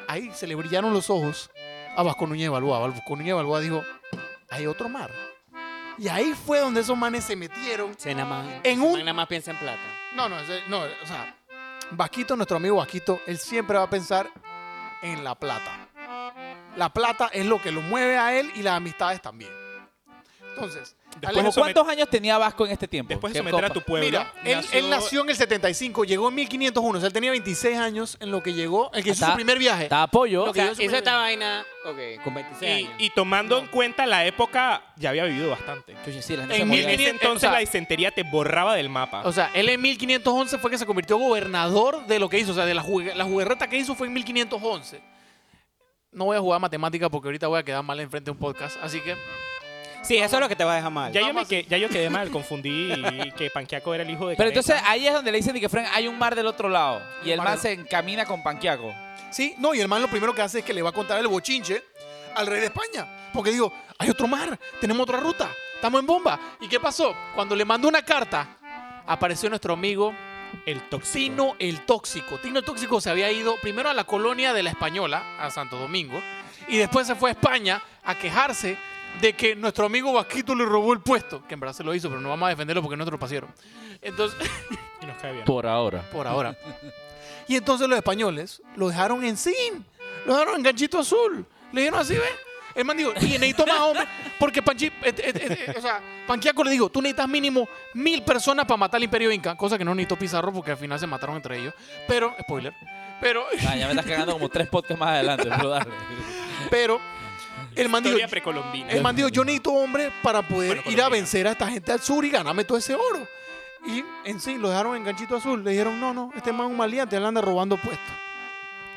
Ahí se le brillaron los ojos a Vasco Núñez de Balboa. Vasco Núñez de Balboa dijo, hay otro mar. Y ahí fue donde esos manes se metieron. Se nada más, En ese un- man nada más piensa en plata. No, no, ese- no, o sea, Vasquito, nuestro amigo Vasquito, él siempre va a pensar en la plata. La plata es lo que lo mueve a él y las amistades también. Entonces, Después ¿Cómo de somet- cuántos años tenía Vasco en este tiempo? Después de ¿Qué someter a copa? tu pueblo. Mira, él él nació... en el 75, llegó en 1501, o sea, él tenía 26 años en lo que llegó, eh, el que hizo Está- su primer viaje. Está apoyo. O sea, yo soy hizo muy- esta vaina, ok, con 26 Y, años. y tomando en cuenta la época, ya había vivido bastante. Chuchi, sí, la gente se En moría. 1500 entonces o sea- la disentería te borraba del mapa. O sea, él en 1511 fue que se convirtió gobernador de lo que hizo. O sea, de la, jugue- la juguerreta que hizo fue en 1511. No voy a jugar matemática porque ahorita voy a quedar mal enfrente de un podcast, así que Sí, eso es lo que te va a dejar mal. ya, yo me que- ya yo quedé mal, confundí que Panquiaco era el hijo de Pero Careca. entonces ahí es donde le dicen que Frank, hay un mar del otro lado. Y el mar man del- se encamina con Panquiaco. Sí, no, y el man lo primero que hace es que le va a contar el bochinche al rey de España. Porque digo, hay otro mar, tenemos otra ruta, estamos en bomba. ¿Y qué pasó? Cuando le mandó una carta, apareció nuestro amigo el toxino. Tino el Tóxico. Tino el Tóxico se había ido primero a la colonia de la Española, a Santo Domingo, y después se fue a España a quejarse de que nuestro amigo Vasquito le robó el puesto, que en verdad se lo hizo, pero no vamos a defenderlo porque no es nuestro pasieron. Entonces, Y nos cae bien. Por ahora. por ahora. Y entonces los españoles lo dejaron en sin, lo dejaron en ganchito azul. Le dijeron así, ¿ves? El man dijo, y necesito más hombres, porque Panchi, eh, et- et- et- et- o sea, Panquiaco le dijo, tú necesitas mínimo mil personas para matar al Imperio Inca, cosa que no necesitó Pizarro porque al final se mataron entre ellos. Pero, spoiler, pero, Ah, ya me estás cagando como tres podcasts más adelante, pero dale. pero, el man dijo, Historia precolombina. el man dijo, yo necesito hombres para poder Bueno, ir a colombiano. vencer a esta gente al sur y ganarme todo ese oro. Y en sí, lo dejaron en ganchito azul. Le dijeron, no, no, este man es un maleante, él anda robando puestos.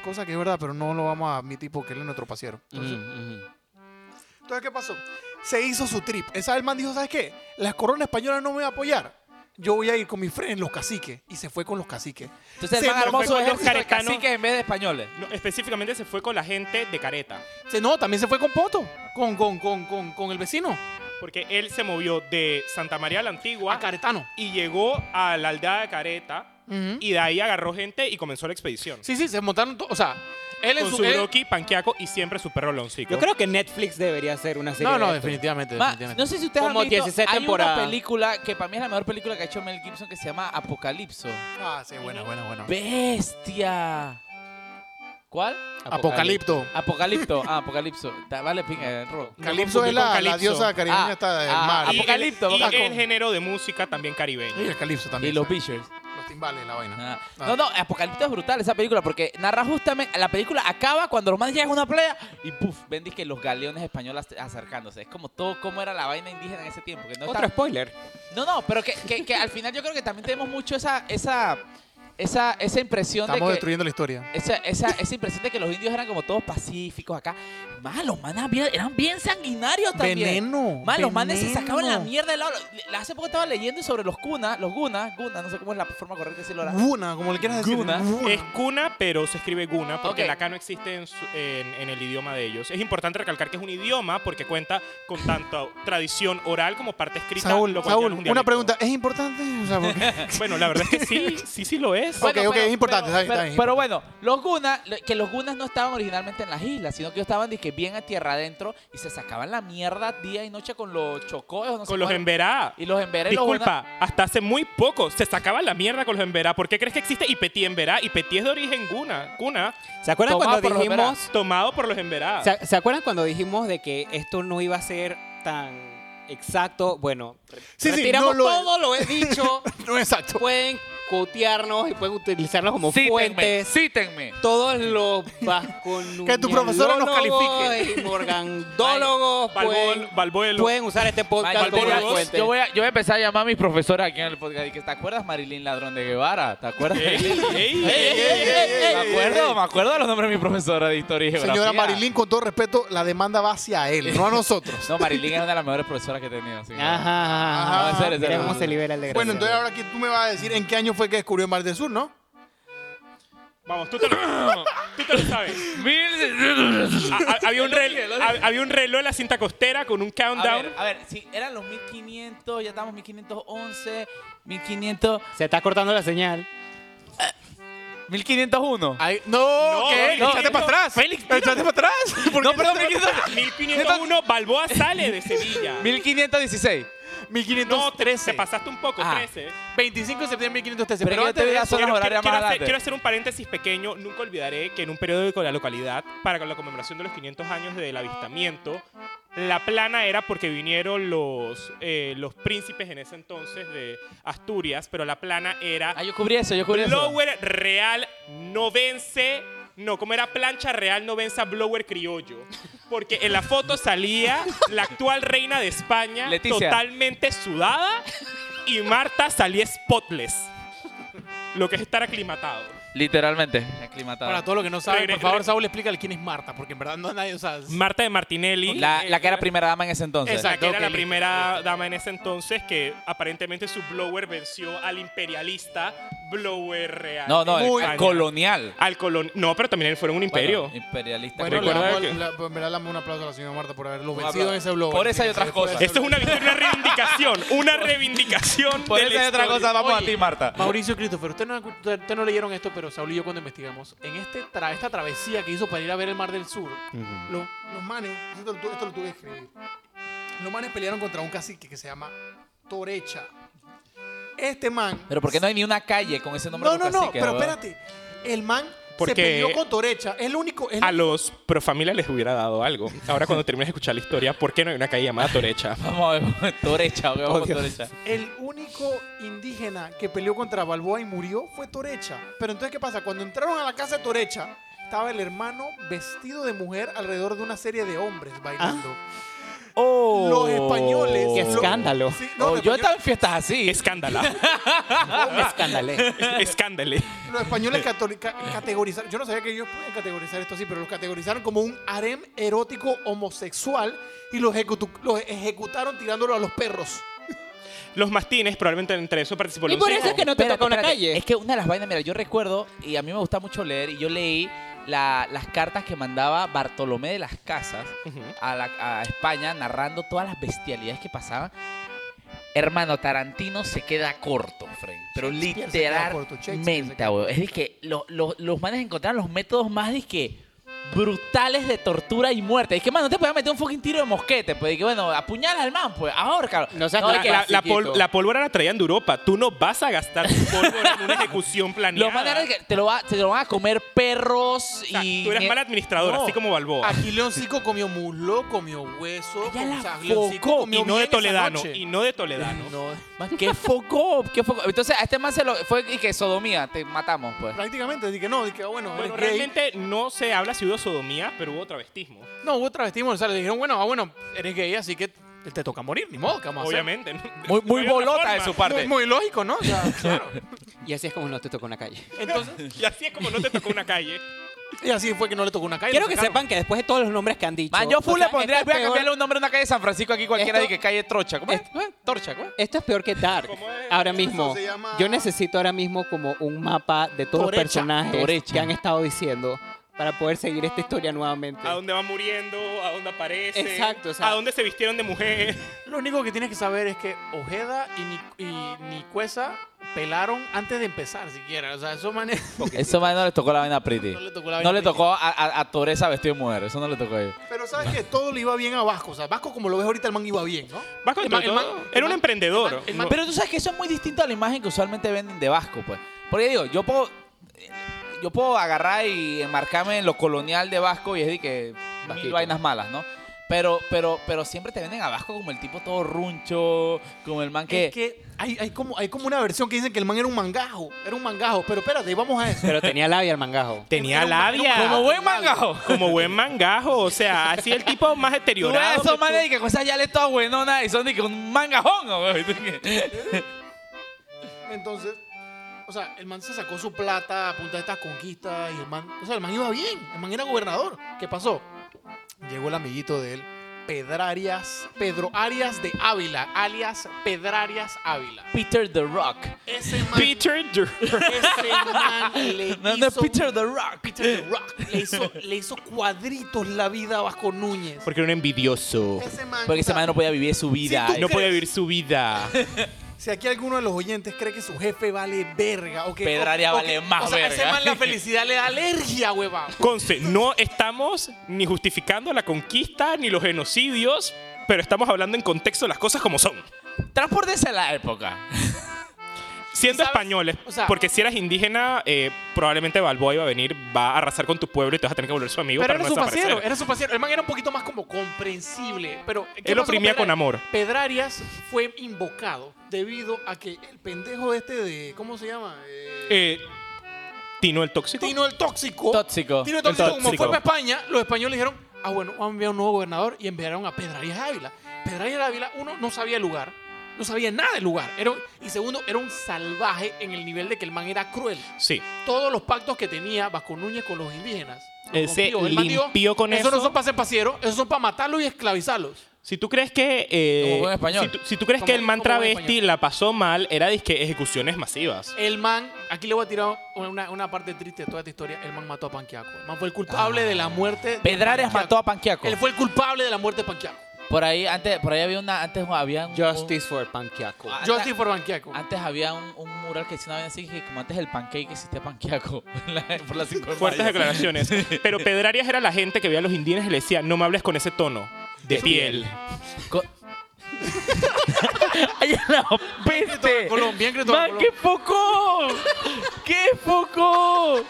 Cosa que es verdad, pero no lo vamos a admitir porque él es nuestro pasiero. Mm, Entonces, Mm. entonces, ¿qué pasó? Se hizo su trip. Esa el man dijo, ¿sabes qué? La corona española no me va a apoyar. Yo voy a ir con mis frenes, los caciques. Y se fue con los caciques. Entonces Se el man nos armó fue su con los ejército de carecanos. caciques en vez de españoles. No, específicamente se fue con la gente de Careta. Se, no, también se fue con Poto. Con, con, con, con, con el vecino. Porque él se movió de Santa María la Antigua A Caretano. y llegó a la aldea de Careta. Ujú. Y de ahí agarró gente y comenzó la expedición. Sí, sí, se montaron todos. O sea, él en Con su... su él- Rocky, Panquiaco y siempre su perro Leoncico. Yo creo que Netflix debería hacer una serie. no, no, de esto. definitivamente. Ma, definitivamente. no sé si ustedes Como han visto, 16 hay temporadas. una película que para mí es la mejor película que ha hecho Mel Gibson que se llama Apocalipso. Ah, sí, buena, buena, buena. ¡Bestia! ¿Cuál? Apocalipto. Apocalipto. Ah, Apocalipso. Ta- Vale, pinga, ro. Calipso confundí es la, con la Calipso. diosa caribeña Ah, esta del ah, mar. Y Y, Apocalipto, el, Boca y el con- género de música también caribeño. el calipso también. Y los ¿sabes? Beachers. Los timbales, la vaina. Ah. Ah. No, no, Apocalipto es brutal esa película porque narra justamente. La película acaba cuando los manes llegan a una playa y puff, ven que los galeones españoles acercándose. Es como todo cómo era la vaina indígena en ese tiempo. Que no, Otro está- spoiler. no, no, pero que, que- que al final yo creo que también tenemos mucho esa, esa, esa, esa impresión Estamos de que. destruyendo la historia. Esa, esa, esa impresión de que los indios eran como todos pacíficos acá. Malos, manes bien- eran bien sanguinarios también. Veneno. Malos, los manes se sacaban la veneno. mierda del lado. Le- Hace poco estaba leyendo sobre los cunas, los gunas, gunas, no sé cómo es la forma correcta de decirlo ahora. Guna, como le quieras decir. Guna. Es cuna, pero se escribe guna porque Ok. la K no existe en, su- en- en el idioma de ellos. Es importante recalcar que es un idioma porque cuenta con tanto tradición oral como parte escrita. Saúl, lo cual ya no Saúl, es un una dialecto. pregunta. ¿Es importante? O sea, porque- Bueno, la verdad es que sí, sí, sí lo es. es. Ok, ok, es importante, está bien, está bien. pero bueno, los gunas, lo- que los gunas no estaban originalmente en las islas, sino que ellos estaban dizque, bien a tierra adentro y se sacaban la mierda día y noche con los chocoyos. No sé Con los cuál. emberá. Y los emberá y los Disculpa, hasta hace muy poco se sacaba la mierda con los emberá. ¿Por qué crees que existe Ipetí emberá? Ipetí es de origen guna, cuna, ¿Se acuerdan Tomado cuando por los dijimos tomado por los emberá. ¿Se, se acuerdan cuando dijimos de que esto no iba a ser tan exacto? Bueno, Sí, sí, retiramos no lo es. todo lo he dicho. No exacto. pueden cotearnos y pueden utilizarnos como Cítenme, fuentes. cítenme. Todos los vasconuñolólogos Que tu profesora nos califique. y morgandólogos pueden, pues, Balbol- Balbuelo. pueden usar este podcast Mario, como una yo, voy a- fuente. yo voy a, yo voy a empezar a llamar a mis profesores aquí en el podcast. Y que, ¿Te acuerdas, Marilyn Ladrón de Guevara? ¿Te acuerdas? Ey, ey, Ey, ey, ey, ey, ey, me acuerdo, me acuerdo de los nombres de mi profesora de historia y geografía. Señora Marilyn, con todo respeto, la demanda va hacia él, no a nosotros. No, Marilyn es una de las mejores profesoras que he tenido. así que- Ajá, ajá, No, ajá. en serio, en serio. Mira cómo se libera el desgraciado. Bueno, entonces ahora aquí tú me vas a decir en qué año fue que descubrió el Mar del Sur, ¿no? Vamos, tú te lo, tú te lo sabes. Mil- Ha- ha- Ah, había, un reloj, ha- había un reloj en la cinta costera con un A countdown. ver, a ver, si eran los 1500, ya estamos 1511, 1500, Se está cortando la señal. 1501. Ay, no, No, ¿qué? no, Échate no. para atrás. Félix, Échate para atrás. ¿Por No, qué perdón, échate para 1500, 1501, Balboa sale de Sevilla. 1516. No, 1513. te, te pasaste un poco, Ah. 13. 25 de septiembre de 1513. Pero Pero, yo antes te de voy a eso, hacer- Zonas Quiero, horarias quiero- quiero más adelante. hacer, quiero hacer un paréntesis pequeño. Nunca olvidaré que en un periódico de la localidad, para la conmemoración de los 500 años del avistamiento, la plana era porque vinieron los, eh, los príncipes en ese entonces de Asturias, pero la plana era Ah, yo cubrí eso, yo cubrí eso. Blower Real no vence. No, como era plancha real no vence a Blower Criollo. Porque en la foto salía la actual reina de España Leticia. totalmente sudada y Marta salía spotless. Lo que es estar aclimatado. Literalmente. para todo lo que no saben, Regre- por favor, regre- Saúl, explícale quién es Marta, porque en verdad no nadie, o sea, es- Marta de Martinelli. Eh, La, eh, la que era primera dama en ese entonces. Esa, que Exacto, era ok, la listo, primera dama en ese entonces que aparentemente su blower venció al imperialista blower real. No, no, de el- España. el colonial. Al colon. No, pero también fueron un imperio. Bueno, imperialista. Bueno, le colonial. damos, que- la- en verdad le damos un aplauso a la señora Marta por haberlo Un vencido en ese aplauso. blog. Por esa y otras cosas. Esto es una, una reivindicación, una reivindicación. Por de eso la hay otra historia. cosa, vamos Oye, a ti, Marta. Mauricio Christopher, ustedes no, han escu- usted no leyeron esto, pero Saúl y yo cuando investigamos, en este tra- esta travesía que hizo para ir a ver el Mar del Sur, Los, los manes, esto, lo tu- esto lo tuve que escribir. Los manes pelearon contra un cacique que se llama Torecha. Este man. Pero ¿por qué no hay ni una calle con ese nombre? No, de no, los no, caciques, pero weón? espérate. El man Porque- se peleó con Torecha. Es el único. Es A los profamilia les hubiera dado algo. Ahora, cuando termines de escuchar la historia, ¿por qué no hay una calle llamada Torecha? Vamos a ver, Torecha, weón, vamos, Torecha. El único indígena que peleó contra Balboa y murió fue Torecha. Pero entonces, ¿qué pasa? Cuando entraron a la casa de Torecha, estaba el hermano vestido de mujer alrededor de una serie de hombres bailando. Los españoles. Qué lo- escándalo. Sí, no, Oh, los, yo españoles, estaba en fiestas así. Escándala. Escándale. Escándale. los españoles católica- categorizaron. Yo no sabía que ellos podían categorizar esto así, pero los categorizaron como un harem erótico homosexual y los, ejecutu- los ejecutaron tirándolo a los perros. Los mastines, probablemente entre eso participó Y por eso es que no te Espérate, toca una espérate. calle. Es que una de las vainas, mira, yo recuerdo, y a mí me gusta mucho leer, y yo leí la- las cartas que mandaba Bartolomé de las Casas a, la- a España narrando todas las bestialidades que pasaban. Hermano, Tarantino se queda corto, Frank. Pero Shakespeare se queda corto, Shakespeare se literalmente, queda weón. Es de que lo- lo- los manes encontraron los métodos más de que brutales de tortura y muerte. Es que, mano, no te podías meter un fucking tiro de mosquete, pues. Y que, bueno, apuñala al man, pues. Ahórcalo. No seas de la- que- la, la pol- clasiquito. la pólvora la traían de Europa. Tú no vas a gastar tu pólvora en una ejecución planeada. Los manes eran que te lo, va- te lo van a comer perros O sea, y. tú eres mal administrador, No. Ah, así como Balboa. aquí Leoncico comió muslo, comió hueso, Ella com- la Leoncico focó, comió Y no bien de esa Toledano. noche. Y no de Toledano. No, Man, ¿Qué foco? ¿Qué foco? Entonces, a este man se lo. Fue y que sodomía, te matamos, pues. Prácticamente, así que no, "Ah, dije, bueno, Bueno, eres gay. realmente no se habla si hubo sodomía, pero hubo travestismo. no, hubo travestismo, o sea, le dijeron, bueno, ah, bueno, eres gay, así que te, te toca morir, ni modo, ¿qué vamos a hacer? Obviamente. ¿no? Muy, muy No hay otra bolota de forma. su parte. Muy, muy lógico, ¿no? O sea, claro. Y así es como no te toca una calle. Entonces, y así es como no te tocó una calle. Y así fue que no le tocó una calle. Quiero lo que sacaron. sepan que después de todos los nombres que han dicho. Man, yo full o sea, le pondría. esto Voy es a cambiarle peor- un nombre a una calle de San Francisco aquí cualquiera Esto- de que calle Trocha. ¿Cómo pues, es? ¿Cómo es? Torcha, ¿cómo es? Esto es peor que Dark. ¿Cómo es? Ahora Eso mismo. se llama- Yo necesito ahora mismo como un mapa de todos Torecha, los personajes Torecha. que han estado diciendo para poder seguir esta historia nuevamente. a dónde va muriendo, a dónde aparece, Exacto, o sea- a dónde se vistieron de mujer. Lo único que tienes que saber es que Ojeda y, Ni- y Nicuesa pelaron antes de empezar siquiera. O sea, esos manes. Eso más no les tocó la vaina pretty. No le tocó la vaina No le pretty. tocó a, a, a Toresa vestido de mujer. Eso no le tocó a ellos. Pero sabes que todo le iba bien a Vasco. O sea, Vasco, como lo ves ahorita, el man iba bien, ¿no? Vasco, El man- el man- el era un man- emprendedor. el man- el man- Pero tú sabes que eso es muy distinto a la imagen que usualmente venden de Vasco, pues. Porque digo, yo puedo, yo puedo agarrar y enmarcarme en lo colonial de Vasco y es de que mil Vasquito. vainas malas, ¿no? Pero, pero, pero siempre te venden a Vasco como el tipo todo runcho, como el man que... Es que hay, hay, como, hay como una versión que dicen que el man era un mangajo. Era un mangajo. Pero espérate, vamos a eso. Pero tenía labia el mangajo. Tenía Era un- era un- labia. como buen mangajo. Como buen mangajo. O sea, así el tipo más Tú ves a deteriorado. que esos tú- manes de que con esas yales todas buenonas y son de que un mangajón, ¿no? Y tú que- Entonces, o sea, el man se sacó su plata a punta de estas conquistas y el man, o sea, el man iba bien, el man era gobernador. ¿Qué pasó? Llegó el amiguito de él, Pedrarias, Pedro Arias de Ávila, alias Pedrarias Ávila. Peter the Rock. Ese man, Peter Dur- ese man le No, no es hizo Peter the Rock. Peter the Rock, le hizo, le hizo cuadritos la vida a Vasco Núñez. Porque era un envidioso. Ese man, Porque o ese sea, man no podía vivir su vida. tú- No podía vivir su vida. Si aquí alguno de los oyentes cree que su jefe vale verga o que Pedraria o- o vale que- más o sea, ese verga. man la felicidad le da alergia, huevón. Conste, no estamos ni justificando la conquista ni los genocidios, pero estamos hablando en contexto de las cosas como son. Transpórtense a la época. Siendo ¿Sabes? españoles, O sea- porque si eras indígena, eh, probablemente Balboa iba a venir, va a arrasar con tu pueblo y te vas a tener que volver su amigo Pero para era no su desaparecer. pasero, era su pasero. El man era un poquito más como comprensible. Pero ¿qué Él pasó oprimía con Pedrarias? amor. Pedrarias fue invocado debido a que el pendejo este de. ¿Cómo se llama? Eh, Eh, Tino el tóxico. Tino el Tóxico. Tóxico. Tino el Tóxico, El como Tóxico. fue para España, los españoles dijeron: Ah, bueno, vamos a enviar un nuevo gobernador y enviaron a Pedrarias Ávila. Pedrarias Ávila, uno, no sabía el lugar. No sabía nada del lugar. Era un- y segundo, era un salvaje en el nivel de que el man era cruel. Sí. Todos los pactos que tenía Vasco Núñez con los indígenas. los Ese rompió. El man dijo, limpió Eh, con eso. Esos no son para ser pasieros, esos son para matarlos y esclavizarlos. Si tú crees que. eh, Como buen español. Si tú, si tú crees Como- que el man como buen travesti español. la pasó mal, era disque ejecuciones masivas. El man, aquí le voy a tirar una, una parte triste de toda esta historia. El man mató a Panquiaco. El man fue el culpable de la muerte. de Ah. Pedrarias Panquiaco. mató a Panquiaco. Él fue el culpable de la muerte de Panquiaco. Por ahí, antes, por ahí había una. Antes había un. Justice for Panquiaco. Ah, Yo sí por Panquiaco. un- antes había un, un mural que decía una vaina así que como antes el pancake existía Panquiaco. por la- por las cinco de Fuertes mayo. declaraciones. Pero Pedrarias era la gente que veía a los indígenas y le decía: No me hables con ese tono de piel. Co- ¡Ay, la peste! Colón, bien Cristóbal ¡Man, Colón. qué poco! ¡Qué poco!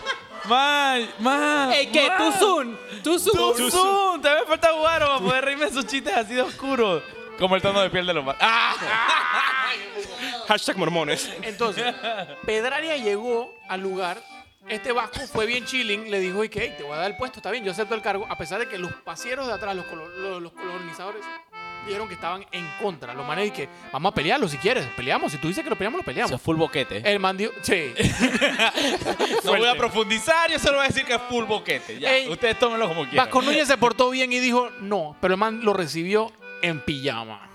¡Man, man! ¡Ey, qué! man. ¡Tú soon! ¡Tú soon! ¡Tú, Zoom! Te me falta jugar para poder reírme de esos chistes así de oscuros. Como el tono de piel de los ma- ¡Ah! Hashtag mormones. Entonces, Pedraria llegó al lugar. Este vasco fue bien chilling. Le dijo, y que "Hey, te voy a dar el puesto, está bien, yo acepto el cargo. A pesar de que los pasieros de atrás, los, colo- los- los colonizadores, dijeron que estaban en contra. Los manes, y que vamos a pelearlo si quieres. Peleamos. Si tú dices que lo peleamos, lo Eso peleamos. es full boquete. El man dijo, sí. No voy a profundizar, yo solo voy a decir que es full boquete. Ya, Ey. ustedes tómenlo como quieran. Vasco Núñez se portó bien y dijo no, pero el man lo recibió en pijama.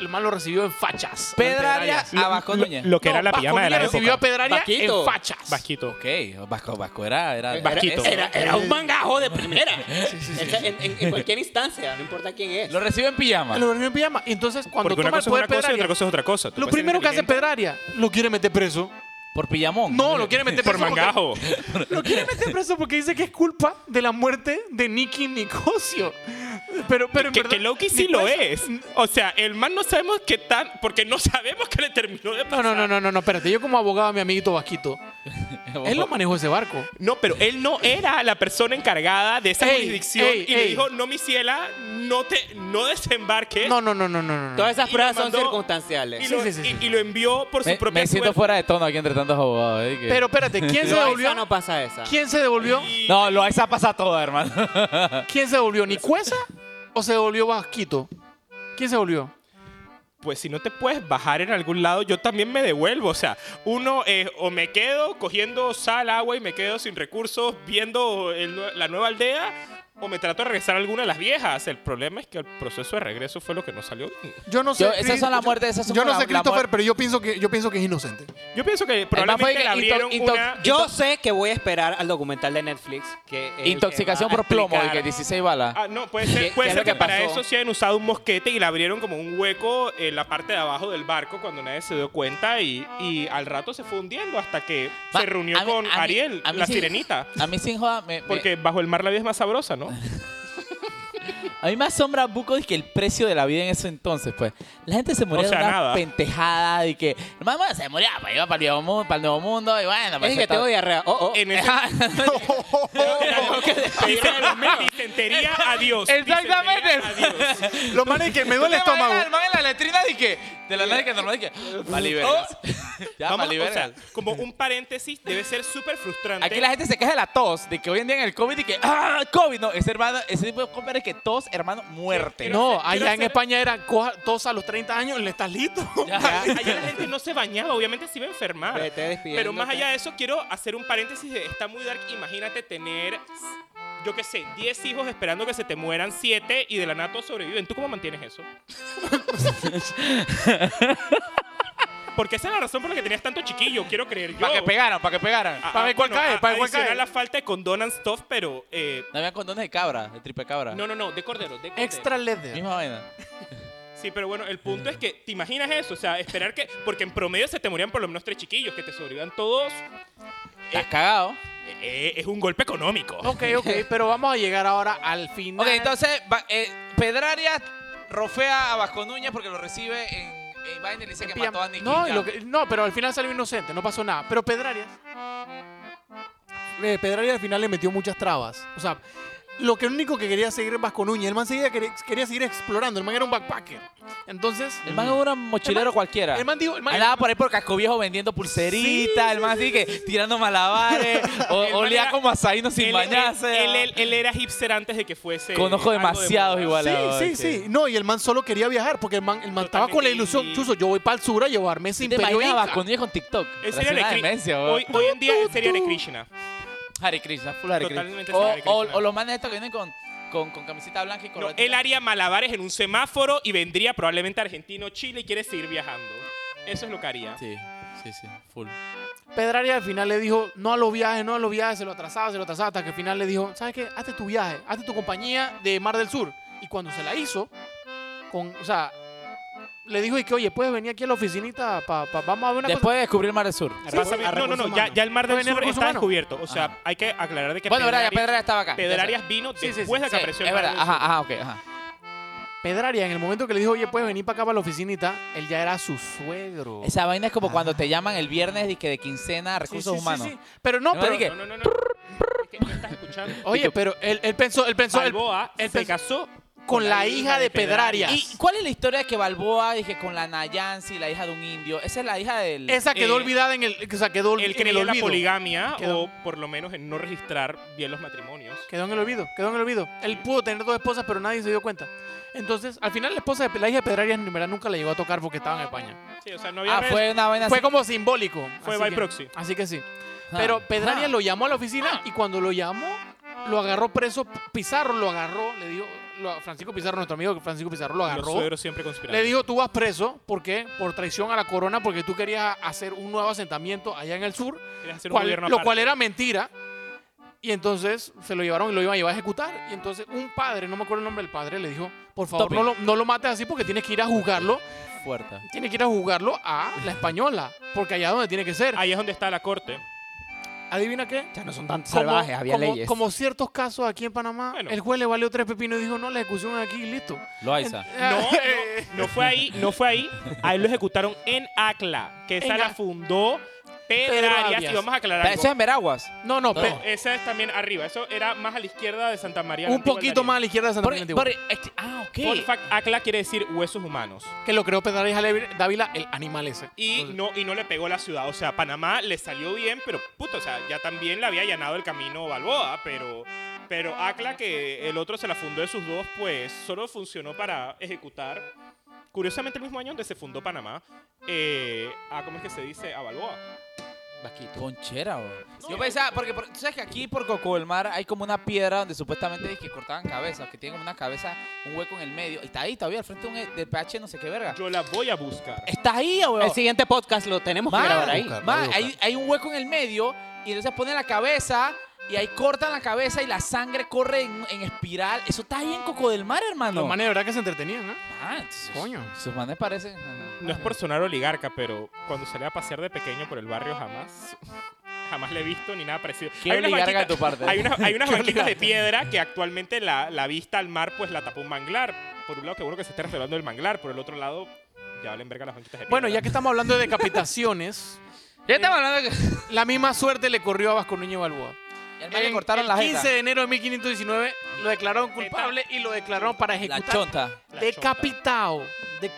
El man lo recibió en fachas. Pedraria Pedrarias. a Vasco Núñez. Lo que No, era la Vasco pijama de la Núñez recibió a época. Pedraria Vasquito. en fachas. Vasquito. Ok, Vasco, Vasco era... era era- Vasquito. ese. Era, era un mangajo de primera. Esa- En, en- en cualquier instancia, no importa quién es. Lo recibe en pijama. Lo recibió en pijama. Y entonces, cuando Porque una toma cosa es una el poder cosa y Pedraria, otra cosa es otra cosa. Tú lo puedes ser primero que hace inteligente. Pedraria, lo quiere meter preso. Por pijamón. No, lo quiere meter preso. Por porque- mangajo. Lo quiere meter preso porque dice que es culpa de la muerte de Nicky Nicosio. Pero, pero en Que, verdad, que Loki sí después- lo es. O sea, el man no sabemos qué tan. Porque no sabemos qué le terminó de No, pasar. no, no, no, no, no, espérate. Yo como abogado, mi amiguito Vasquito, él lo manejó ese barco. No, pero él no era la persona encargada de esa Ey, jurisdicción ey, y le ey. dijo, no, mi ciela, no, te, no desembarques. No, no, no, no, no, no, no. Todas esas Y pruebas lo son mandó- circunstanciales. y, lo, Sí, sí, sí, y- sí. y lo envió por su Me, propia me siento suerte. fuera de tono aquí entre tantos abogados. eh, que- Pero espérate, ¿quién se No, esa devolvió? no pasa esa. ¿Quién se devolvió? No, lo esa pasa todo, hermano. ¿Quién se devolvió? ¿Nicuesa o se devolvió Vasquito? ¿Quién se devolvió? Pues si no te puedes bajar en algún lado, yo también me devuelvo. O sea, uno es o me quedo cogiendo sal, agua y me quedo sin recursos viendo el nue- la nueva aldea. O me trato de regresar a alguna de las viejas. El problema es que el proceso de regreso fue lo que no salió bien. Yo no sé. Yo- esas Chris- son las yo- muertes, esas son Yo no la- sé, la muerte. Christopher, pero yo pienso que yo pienso que es inocente. Yo pienso que fue probablemente que le abrieron intox- una... Yo sé que voy a esperar al documental de Netflix. Que es el que Intoxicación va a por plomo y explicar- que 16 balas. Ah, no, puede ¿Qué- ser, puede qué es ser lo que, que para pasó? eso sí hayan usado un mosquete y le abrieron como un hueco en la parte de abajo del barco cuando nadie se dio cuenta y, y al rato se fue hundiendo hasta que Va, se reunió a mí- con a mí- Ariel, a mí la sí- sirenita. A mí sin joda, me, me- Porque bajo el mar la vida es más sabrosa, ¿no? a mí me asombra Buco de que el precio de la vida en ese entonces, pues. La gente se moría O sea, de una nada. pentejada y que. Mamá se moría, pues iba para el nuevo mundo, para el nuevo mundo y bueno, pues, Es que estaba- tengo diarrea. Oh, oh. En ese- Disentería, adiós. Exactamente. Disentería, adiós. Lo malo es que me duele el Usted va en la- estómago. va en la letrina y que. De la nada que normal y que. Vali vergas. Oh. Ya, Vamos, vali o sea, vergas. como un paréntesis, debe ser súper frustrante. Aquí la gente se queja de la tos, de que hoy en día en el COVID y que. ¡Ah! COVID, no. Ese hermano, ese tipo de compras es que tos, hermano, muerte. Quiero No, hacer- quiero allá en hacer- España era coja, tos a los 30 años, le estás listo. Allá la gente no se bañaba, obviamente se iba a enfermar. Vete despidiéndote. Pero más allá de eso, quiero hacer un paréntesis. de- está muy dark. Imagínate tener, yo qué sé, 10 hijos esperando que se te mueran 7 y de la nada todos sobreviven. ¿Tú cómo mantienes eso? Porque esa es la razón por la que tenías tanto chiquillo, quiero creer yo. Para que pegaran, para que pegaran. A- pa' ver a- cuál cae, Ah, a- pa' ver cuál cae. adicional la falta de condón and stuff, pero... eh, No había condones de cabra, de triple cabra. no, no, no, de cordero, de cordero. Extra leather. Misma vaina. Eh, Sí, pero bueno, el punto es que te imaginas eso, o sea, esperar que... Porque en promedio se te morían por lo menos tres chiquillos, que te sobrevivan todos, Estás cagado. eh, es un golpe económico. Ok, ok, pero vamos a llegar ahora al final. Ok, entonces, va- eh, Pedrarias rofea a Vasco Núñez porque lo recibe en, en vaina y le dice que mató a Nicky. no, y Jam. lo que- no, pero al final salió inocente, no pasó nada. Pero Pedrarias, Eh, Pedraria al final le metió muchas trabas. O sea, lo que único que quería seguir es Vasco Núñez. El man seguía- quería, quería seguir explorando. El man era un backpacker. Entonces, El man es un mochilero El man- cualquiera. el man dijo, el man- Andaba por ahí por casco viejo vendiendo pulseritas, el man así que tirando malabares, o- El man olía era- como azaíno sin él, bañarse. él- él- él era hipster antes de que fuese. Conozco algo de demasiados moda. igual. Sí, Hola, sí, ok. sí. No, y el man solo quería viajar porque el man, el man estaba con la Totalmente ilusión, indie. chuzo, yo voy para el sur a llevarme ese ¿Te imperio imaginas a Vasco inca. Núñez con TikTok? Es Era serial de una Cri- demencia, bro. hoy, hoy en día es serial de Krishna. Hare Krishna, full Hare Krishna. Totalmente O, Hare Krishna. o- o los manes estos que vienen con, con, con camiseta blanca y No, corbata. él haría malabares en un semáforo y vendría probablemente a Argentina o Chile y quiere seguir viajando. Eso es lo que haría. Sí, sí, sí, full. Pedrarias al final le dijo, no a los viajes, no a los viajes, se lo atrasaba, se lo atrasaba, hasta que al final le dijo, ¿sabes qué? Hazte tu viaje, hazte tu compañía de Mar del Sur. Y cuando se la hizo, con, o sea, le dijo, y que, oye, puedes venir aquí a la oficinita, pa, pa- vamos a ver una cosa. Después de descubrir Mar del Sur. Pasa- Recursos- a no, no, recursos no, ya, humanos. ya el mar Venía del sur recursos está humanos. descubierto. O sea, Ajá. hay que aclarar de que Bueno, verdad, ya Pedrarias- Pedrarias estaba acá. Pedrarias vino Sí, sí, sí. después de que Sí, apareció el es mar verdad, del ajá, sur. ajá, ok, ajá. Pedraria, en el momento que le dijo, oye, puedes venir para acá para la oficinita, él ya era su suegro. Esa vaina es como cuando te llaman el viernes y que de quincena a Sí, recursos sí, sí, humanos. sí. Pero no, No, pero, dije- No, no, no, no. Es que no estás escuchando. oye, pero él, él pensó, él pensó, él- Balboa él se pensó- casó con la hija de Pedrarias. ¿Y cuál es la historia de que Balboa, dije, con la Nayansi, la hija de un indio? Esa es la hija del... esa quedó eh, olvidada en el, o sea, quedó Él en el creía en la olvido. poligamia Quedó- o por lo menos en no registrar bien los matrimonios. Quedó en el olvido, quedó en el olvido. Él pudo tener dos esposas, pero nadie se dio cuenta. Entonces, al final la esposa de la hija de Pedrarias en verdad, nunca le llegó a tocar porque estaba en España. Sí, o sea, no había Ah, redes fue una vaina Fue así. como simbólico. Fue así by que- proxy. Así que sí. Ah, Pero Pedrarias ah. lo llamó a la oficina y cuando lo llamó, lo agarró preso. Pizarro lo agarró, le dio. lo- Francisco Pizarro, nuestro amigo Francisco Pizarro, lo Los agarró. suegros siempre conspirando. Le dijo, tú vas preso, ¿por qué? Por traición a la corona, porque tú querías hacer un nuevo asentamiento allá en el sur, Querías hacer un cual- gobierno lo aparte. cual era mentira. Y entonces se lo llevaron y lo iban a llevar a ejecutar. Y entonces un padre, no me acuerdo el nombre del padre, le dijo, por favor, Tope. no lo, no lo mates así porque tienes que ir a juzgarlo, Fuerte. tienes que ir a juzgarlo a la española, porque allá es donde tiene que ser. Ahí es donde está la corte. ¿Adivina qué? Ya no son tan Como- salvajes, había como, leyes. Como ciertos casos aquí en Panamá, Bueno. el juez le valió tres pepinos y dijo, no, la ejecución es aquí y listo. Loaiza. Ah. No, no, no fue ahí, no fue ahí. A él lo ejecutaron en ACLA, que esa En la A- fundó Pedrarias. Pedrarias. Y vamos a aclarar Pero algo. eso es en Veraguas. No, no, pe- Esa es también arriba. Eso era más a la izquierda de Santa María. la un antigua poquito Altaria. más a la izquierda de Santa María Porque- Antigua. porque- es que- ah, ok. Fun fact, ACLA quiere decir huesos humanos. que lo creó Pedrarias Dávila, el animal ese. Y no, y no le pegó la ciudad. O sea, Panamá le salió bien, pero puto, o sea, ya también le había allanado el camino Balboa, pero. Pero ACLA, que el otro se la fundó de sus dos, pues solo funcionó para ejecutar. ah, Curiosamente, el mismo año donde se fundó Panamá, eh, a, ¿cómo es que se dice? A Balboa. Vasquito. Conchera, bro. Yo pensaba, porque, por- tú sabes que aquí por Coco del Mar hay como una piedra donde supuestamente es que cortaban cabezas, que tienen como una cabeza, un hueco en el medio. Y está ahí todavía, al frente de un, e- del PH no sé qué verga. Yo la voy a buscar. Está ahí, weón. El siguiente podcast lo tenemos que grabar ahí. Buscar, man, voy a hay, hay un hueco en el medio y entonces ponen la cabeza y ahí cortan la cabeza y la sangre corre en, en espiral. Eso está ahí en Coco del Mar, hermano. Los manes de verdad que se entretenían, ¿ah? Man, esos- Coño. Sus manes parecen... No es por sonar oligarca, pero cuando salía a pasear de pequeño por el barrio jamás, jamás le he visto ni nada parecido. Qué oligarca de banquita- tu parte. hay, una- hay unas Qué banquitas de oligarca. piedra que actualmente la, la vista al mar pues la tapa un manglar. Por un lado que bueno que se esté restaurando el manglar, por el otro lado ya valen verga las banquitas de piedra. Bueno, ya que estamos hablando de decapitaciones, Ya estamos hablando de que... la misma suerte le corrió a Vasco Nuño Balboa. El man que En- cortaron el la 15 jeta. de enero de 1519 lo declararon culpable y lo declararon para La ejecutar. chonta. La Decapitado.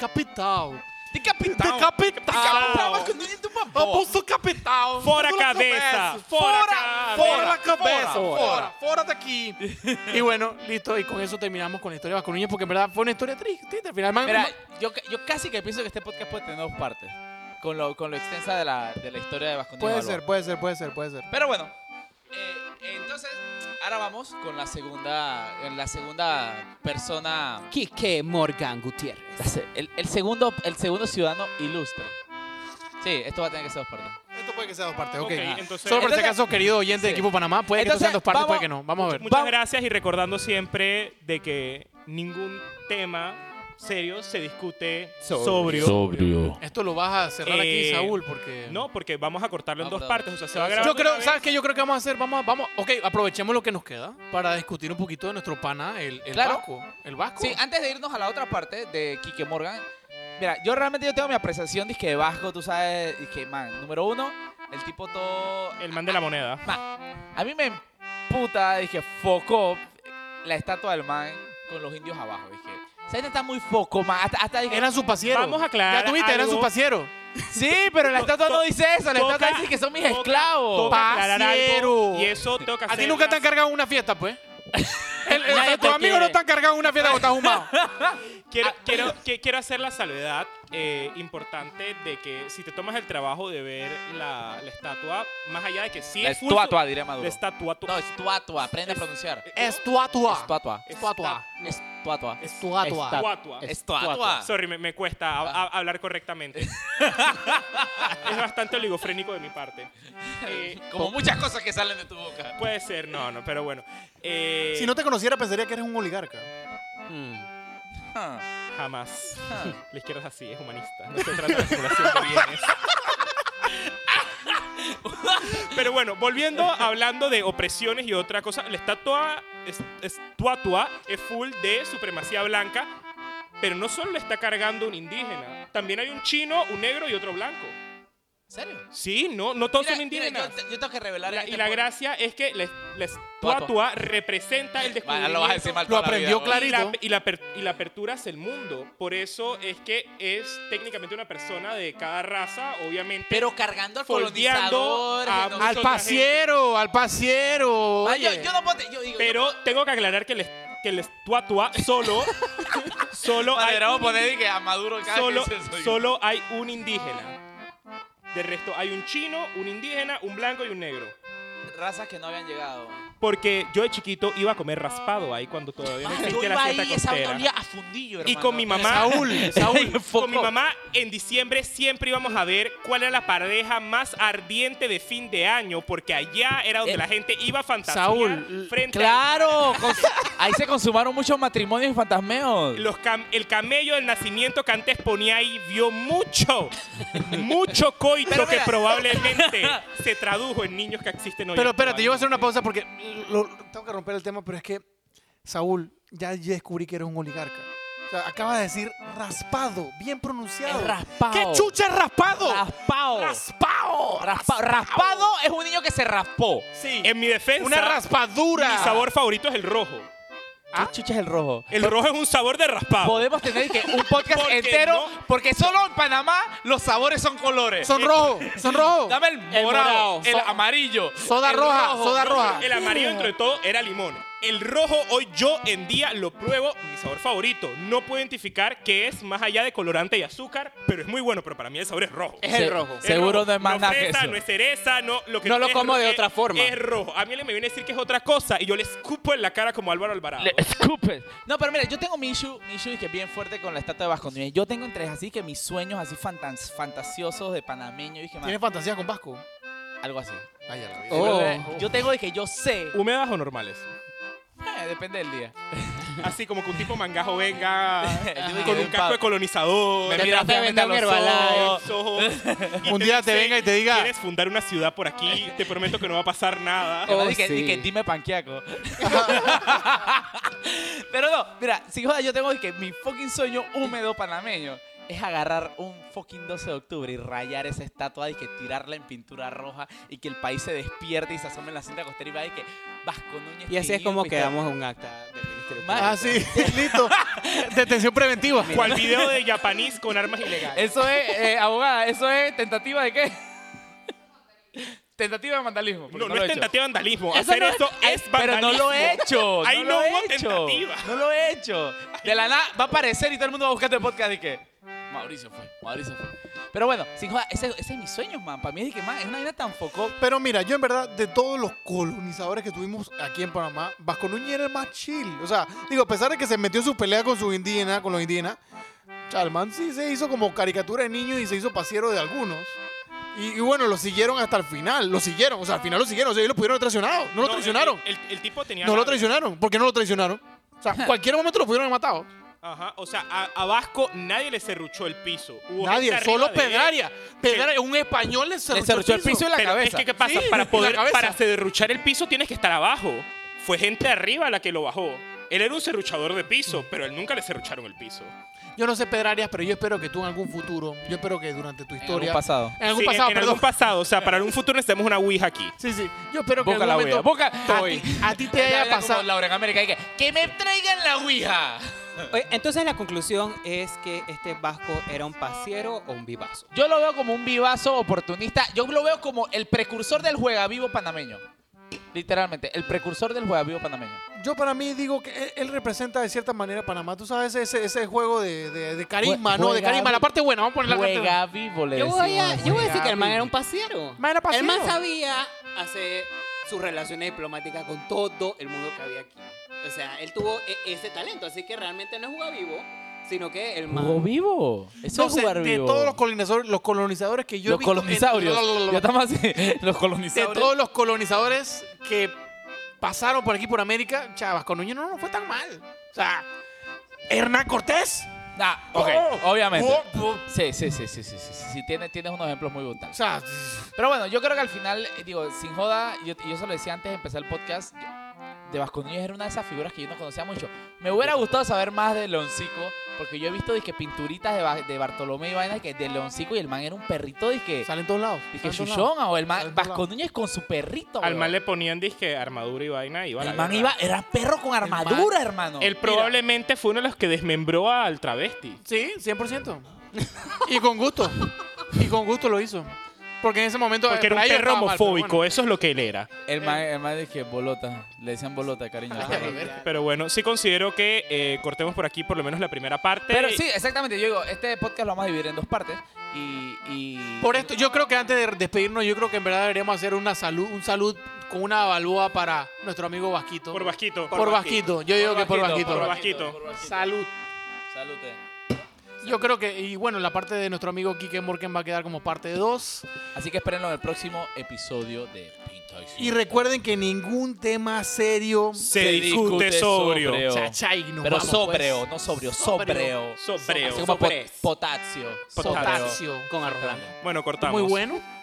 Decapitado. Ah, Decapitado. Decapitado. Decapitado. Con tu papá. Abuso capitado. Fora Tú lo cabeza, conoces. fora Fora, cabeza, fora cabeza. fora, Fora, fora de aquí. y bueno, listo. Y con eso terminamos con la historia de Vasco Nuño porque en verdad fue una historia triste. Al final, man, Mira, yo, ca- yo casi que pienso que este podcast puede tener dos partes. Con lo, con lo extensa de la, de la historia de Vasconcelos. Puede Balboa. ser, puede ser, puede ser, puede ser. Pero bueno, eh, entonces, ahora vamos con la segunda, en la segunda persona, Quique Morgan Gutiérrez. la se- el, el segundo, el segundo ciudadano ilustre. Sí, esto va a tener que ser dos partes. Esto puede que sea dos partes, ok. ah, Ok, entonces Solo por si Entonces- acaso, querido oyente de Sí. Equipo Panamá, puede que esto Entonces, sean dos partes, vamos- puede que no. Vamos a ver. Muchas Vamos. gracias y recordando siempre de que ningún tema serio se discute sobrio. Esto lo vas a cerrar aquí, Eh, Saúl, porque... No, porque vamos a cortarlo en Ah, dos perdón. partes, o sea, se va a Yo grabar. Yo de una creo, vez. ¿sabes qué? Yo creo que vamos a hacer, vamos, a- vamos, ok, aprovechemos lo que nos queda para discutir un poquito de nuestro pana, el, el Claro. Vasco. El Vasco. ah, Sí, antes de irnos a la otra parte de Kike Morgan, mira, yo realmente yo tengo mi apreciación, dizque de Vasco, tú sabes, dizque, man, número uno, el tipo todo... El man de la moneda. A mí me puta, dije, foco la estatua del man con los indios abajo, dije. O sea, esta está muy foco, man. Hasta, hasta dije, Eran su pasiero. Vamos a aclarar Ya tuviste, eran algo. su pasiero. sí, pero la To- estatua no to- dice eso, la estatua toca- dice que son mis toca- esclavos. toca aclarar algo, Pasiero. Y eso toca A ti nunca te han cargado en una fiesta, pues. El, el- o sea, Nadie te tus amigos quiere. no te han cargado en una fiesta cuando estás humado. Quiero, quiero, que- quiero hacer la salvedad eh, importante de que si te tomas el trabajo de ver la, la estatua, más allá de que sí La es full su- estatua, diría Maduro. La estatua. tu- No, estuatua, aprende a pronunciar. Es tu atua. Estuatua. Estatua. Estuatua. Es tu ah. atua. Estatua. Estuatua. Sorry, me, me cuesta a- a- hablar correctamente. es bastante oligofrénico de mi parte. Eh, Como muchas cosas que salen de tu boca. puede ser, no, no, pero bueno. Eh, Si no te conociera, pensaría que eres un oligarca. Ah, Jamás. ah. La izquierda es así, es humanista. No se trata de acumulación de bienes. Pero bueno, volviendo, hablando de opresiones y otra cosa, la estatua es- estatua es full de supremacía blanca, pero no solo le está cargando un indígena, también hay un chino, un negro y otro blanco. ¿En serio? Sí, no, no todos Mira, son mira, indígenas. yo, te- yo tengo que revelar La- en y este la podcast. gracia es que la, la Tua. estatua representa el Bueno, descubrimiento lo vas a decir mal Lo toda la vida, aprendió ¿no? claro. y clarito. la, y la aper- y la apertura hacia el mundo. Por eso es que es técnicamente una persona de cada raza, obviamente. Pero cargando al Foldeando colonizador. a- genocida. Al pasiero, al pasiero. Ah, yo, oye. yo no puedo. te- Yo digo, pero tengo que aclarar que el, est- que el estuatua solo. solo, hay Madre, vamos un, a poner que a Maduro indi- cada solo, quien se- solo hay un indígena. De resto, hay un chino, un indígena, un blanco y un negro. razas que no habían llegado. Porque yo de chiquito iba a comer raspado ahí cuando todavía no Yo existía la iba fiesta ahí esa vaina costera. olía a fundillo, Y hermano. con mi mamá, Saúl, Saúl. con mi mamá en diciembre siempre íbamos a ver cuál era la pareja más ardiente de fin de año, porque allá era donde Eh, la gente iba a fantasear Saúl, frente al- Claro, con- ahí se consumaron muchos matrimonios y fantasmeos. los cam- el camello del nacimiento que antes ponía ahí vio mucho, mucho coito Pero que mira. probablemente se tradujo en niños que existen hoy. Pero en espérate, yo voy a hacer una Cuba. pausa porque... Lo- tengo que romper el tema, pero es que, Saúl, ya ya descubrí que eres un oligarca. O sea, acaba de decir raspado, bien pronunciado. El raspado. ¡Qué chucha es raspado! Raspado. ¡Raspado! Raspa- raspado es un niño que se raspó. Sí. En mi defensa, Una raspadura. mi sabor favorito es el rojo. ¿Qué chucha es el rojo? El rojo es un sabor de raspado. ¿Ah? Podemos tener que un podcast Porque entero no- porque solo en Panamá los sabores son colores. Son rojos, son rojos. Dame el morado, morado, el so- amarillo, Soda el roja, rojo. soda roja. El amarillo, entre todo, era limón. El rojo hoy yo en día lo pruebo, mi sabor favorito. No puedo identificar qué es más allá de colorante y azúcar, pero es muy bueno, pero para mí el sabor es rojo. Es el Se- rojo. Eh, seguro no es más nada que fresa, eso. No es cereza, no lo que No lo es como de ro- otra es- forma. Es rojo. A mí le me viene a decir que es otra cosa y yo le escupo en la cara como Álvaro Alvarado. Le escupes. No, pero mira, yo tengo mi issue, mi issue que es bien fuerte con la estatua de Vasco Núñez. Yo tengo entre así que mis sueños así fantas- fantasiosos de panameño y que ¿Tienes fantasía con Vasco? algo así. Ay, a la vida. Oh. Yo tengo de que yo sé. ¿Húmedas o normales? Eh, depende del día. Así como que un tipo mangajo venga Yo con me un casco quedé de colonizador. Me mira trate de fijamente a vender los un Herbalife. ojos. los ojos, Un día te dice, venga y te diga- Quieres fundar una ciudad por aquí, te prometo que no va a pasar nada. Oh, dije, sí. dije, dime panqueaco. Pero no, mira, si joda, yo tengo que mi fucking sueño húmedo panameño es agarrar un fucking 12 de octubre y rayar esa estatua y que tirarla en pintura roja y que el país se despierte y se asome en la cinta costera y vea de que Vasco Núñez. Y así es Piñero, como Piñero. quedamos un acta del Ministerio Mal. Ah, sí, listo. Detención preventiva. ¿Cuál video de Japanís con armas ilegales? Eso es, eh, abogada, eso es tentativa de qué? tentativa de vandalismo. porque No, no, lo es he hecho. tentativa de vandalismo. Eso Hacer no eh, eso es, Pero no lo he vandalismo. hecho. Ahí no, lo no he hubo hecho. tentativa. No lo he hecho. De la nada va a aparecer y todo el mundo va a buscar este podcast y que. Mauricio fue, Mauricio fue. Pero bueno, sin joda, ese, ese es mi sueño, man. Para mí es que, man, es una vida tan foco. Pero mira, yo en verdad, de todos los colonizadores que tuvimos aquí en Panamá, Vasco Núñez era el más chill. O sea, digo, a pesar de que se metió en su pelea con sus indígenas, con los indígenas, Chalman sí se hizo como caricatura de niños y se hizo pasiero de algunos. Y, y bueno, lo siguieron hasta el final, lo siguieron, o sea, al final lo siguieron, o sea, ellos lo pudieron haber traicionado, no lo No, traicionaron. El, el- el tipo tenía. No lo rabia. traicionaron. ¿Por qué no lo traicionaron? O sea, en cualquier momento lo pudieron haber matado. Ajá. O sea, a, a Vasco nadie le serruchó el piso. Hubo Nadie, gente solo arriba de él. Pedraria. Pedra- un español le cerruchó, cerruchó el piso en la Pero cabeza. Es que, ¿qué pasa? Sí, para en la poder cabeza. para serruchar el piso tienes que estar abajo. Fue gente arriba la que lo bajó. Él era un serruchador de piso, pero él nunca le serrucharon el piso. Yo no sé Pedrarias, pero yo espero que tú en algún futuro, yo espero que durante tu historia. algún pasado. En algún Sí, pasado, en, perdón. algún pasado. O sea, para un futuro necesitamos una Ouija aquí. Sí, sí. Yo espero que Busca en la algún Ouija. momento Busca. a ti- a ti te haya pasado. Laura en América y que. ¡Que me traigan la ouija! Oye, entonces la conclusión es que este Vasco era un pasiero o un vivazo. Yo lo veo como un vivazo oportunista. Yo lo veo como el precursor del juega vivo panameño. Literalmente, el precursor del juega vivo panameño. Yo para mí digo que él, él representa de cierta manera a Panamá. Tú sabes ese, ese juego de, de- de carisma, ¿no? De Juega- carisma. La parte buena, vamos a poner la parte buena. Juega vivo, le Yo voy, a, decimos. yo voy a decir que el man era un pasiero. Man era El man pasiero. sabía hacer sus relaciones diplomáticas con todo el mundo que había aquí. O sea, él tuvo e- ese talento, así que realmente no juega vivo, sino que el man... Jugó vivo. Eso es Entonces, jugar de vivo. todos los colonizadores, los colonizadores que yo he los visto en- colonisaurios. Ya estamos así. Los de colonisaurios. todos los colonizadores que pasaron por aquí por América, Chavas con Nuño no, no fue tan mal. O sea, Hernán Cortés. Ah, ok. Oh, Obviamente. oh, oh. Sí, sí, sí, sí, sí, sí, sí, sí, tiene- tienes unos ejemplos muy O brutales. sea, Pero bueno, yo creo que al final, eh, digo, sin joda, yo, yo se lo decía antes de empezar el podcast, yo- de Vasco Núñez era una de esas figuras que yo no conocía mucho. Me hubiera gustado saber más de Leoncico, porque yo he visto disque pinturitas de, Ba- de Bartolomé y vainas que de Leoncico y el man era un perrito disque, salen todos lados. disque sale en todos chuchón, ah, o el Sale man, en todos Vasco Núñez con su perrito. Al weón. man le ponían disque armadura y vaina y iba a la el man guerra. iba, era perro con man- armadura, hermano. Él probablemente fue uno de los que desmembró al travesti. Sí, 100%. y con gusto. Y con gusto lo hizo. Porque en ese momento. eh, Porque era un para ellos perro estaba mal, pero homofóbico, eso es lo que él era. El man, el man disque bolota, le decían bolota, cariño. eh. bueno. Pero bueno, sí considero que eh, cortemos por aquí por lo menos la primera parte. Pero sí, exactamente. Yo digo, este podcast lo vamos a dividir en dos partes. Y. y- Por esto, yo creo que antes de despedirnos, yo creo que en verdad deberíamos hacer una salud, un salud con una balboa para nuestro amigo Vasquito. Por Vasquito. Por Vasquito. Yo digo que por Vasquito. por Vasquito. por Vasquito. Salud. Salute. Yo creo que, y bueno, la parte de nuestro amigo Kike Morken va a quedar como parte 2. Así que espérenlo en el próximo episodio de Pinta Ciudad. Y recuerden que ningún tema serio. Se, discute, sobrio. Chacha y nos Pero vamos, sobreo, pues. no sobrio, Sobrio. sobreo. Sobreo. Así como pot- Sobres. potasio. Potasio. sobreo. Potasio. Con arroz blanco. Bueno, cortamos. Muy bueno.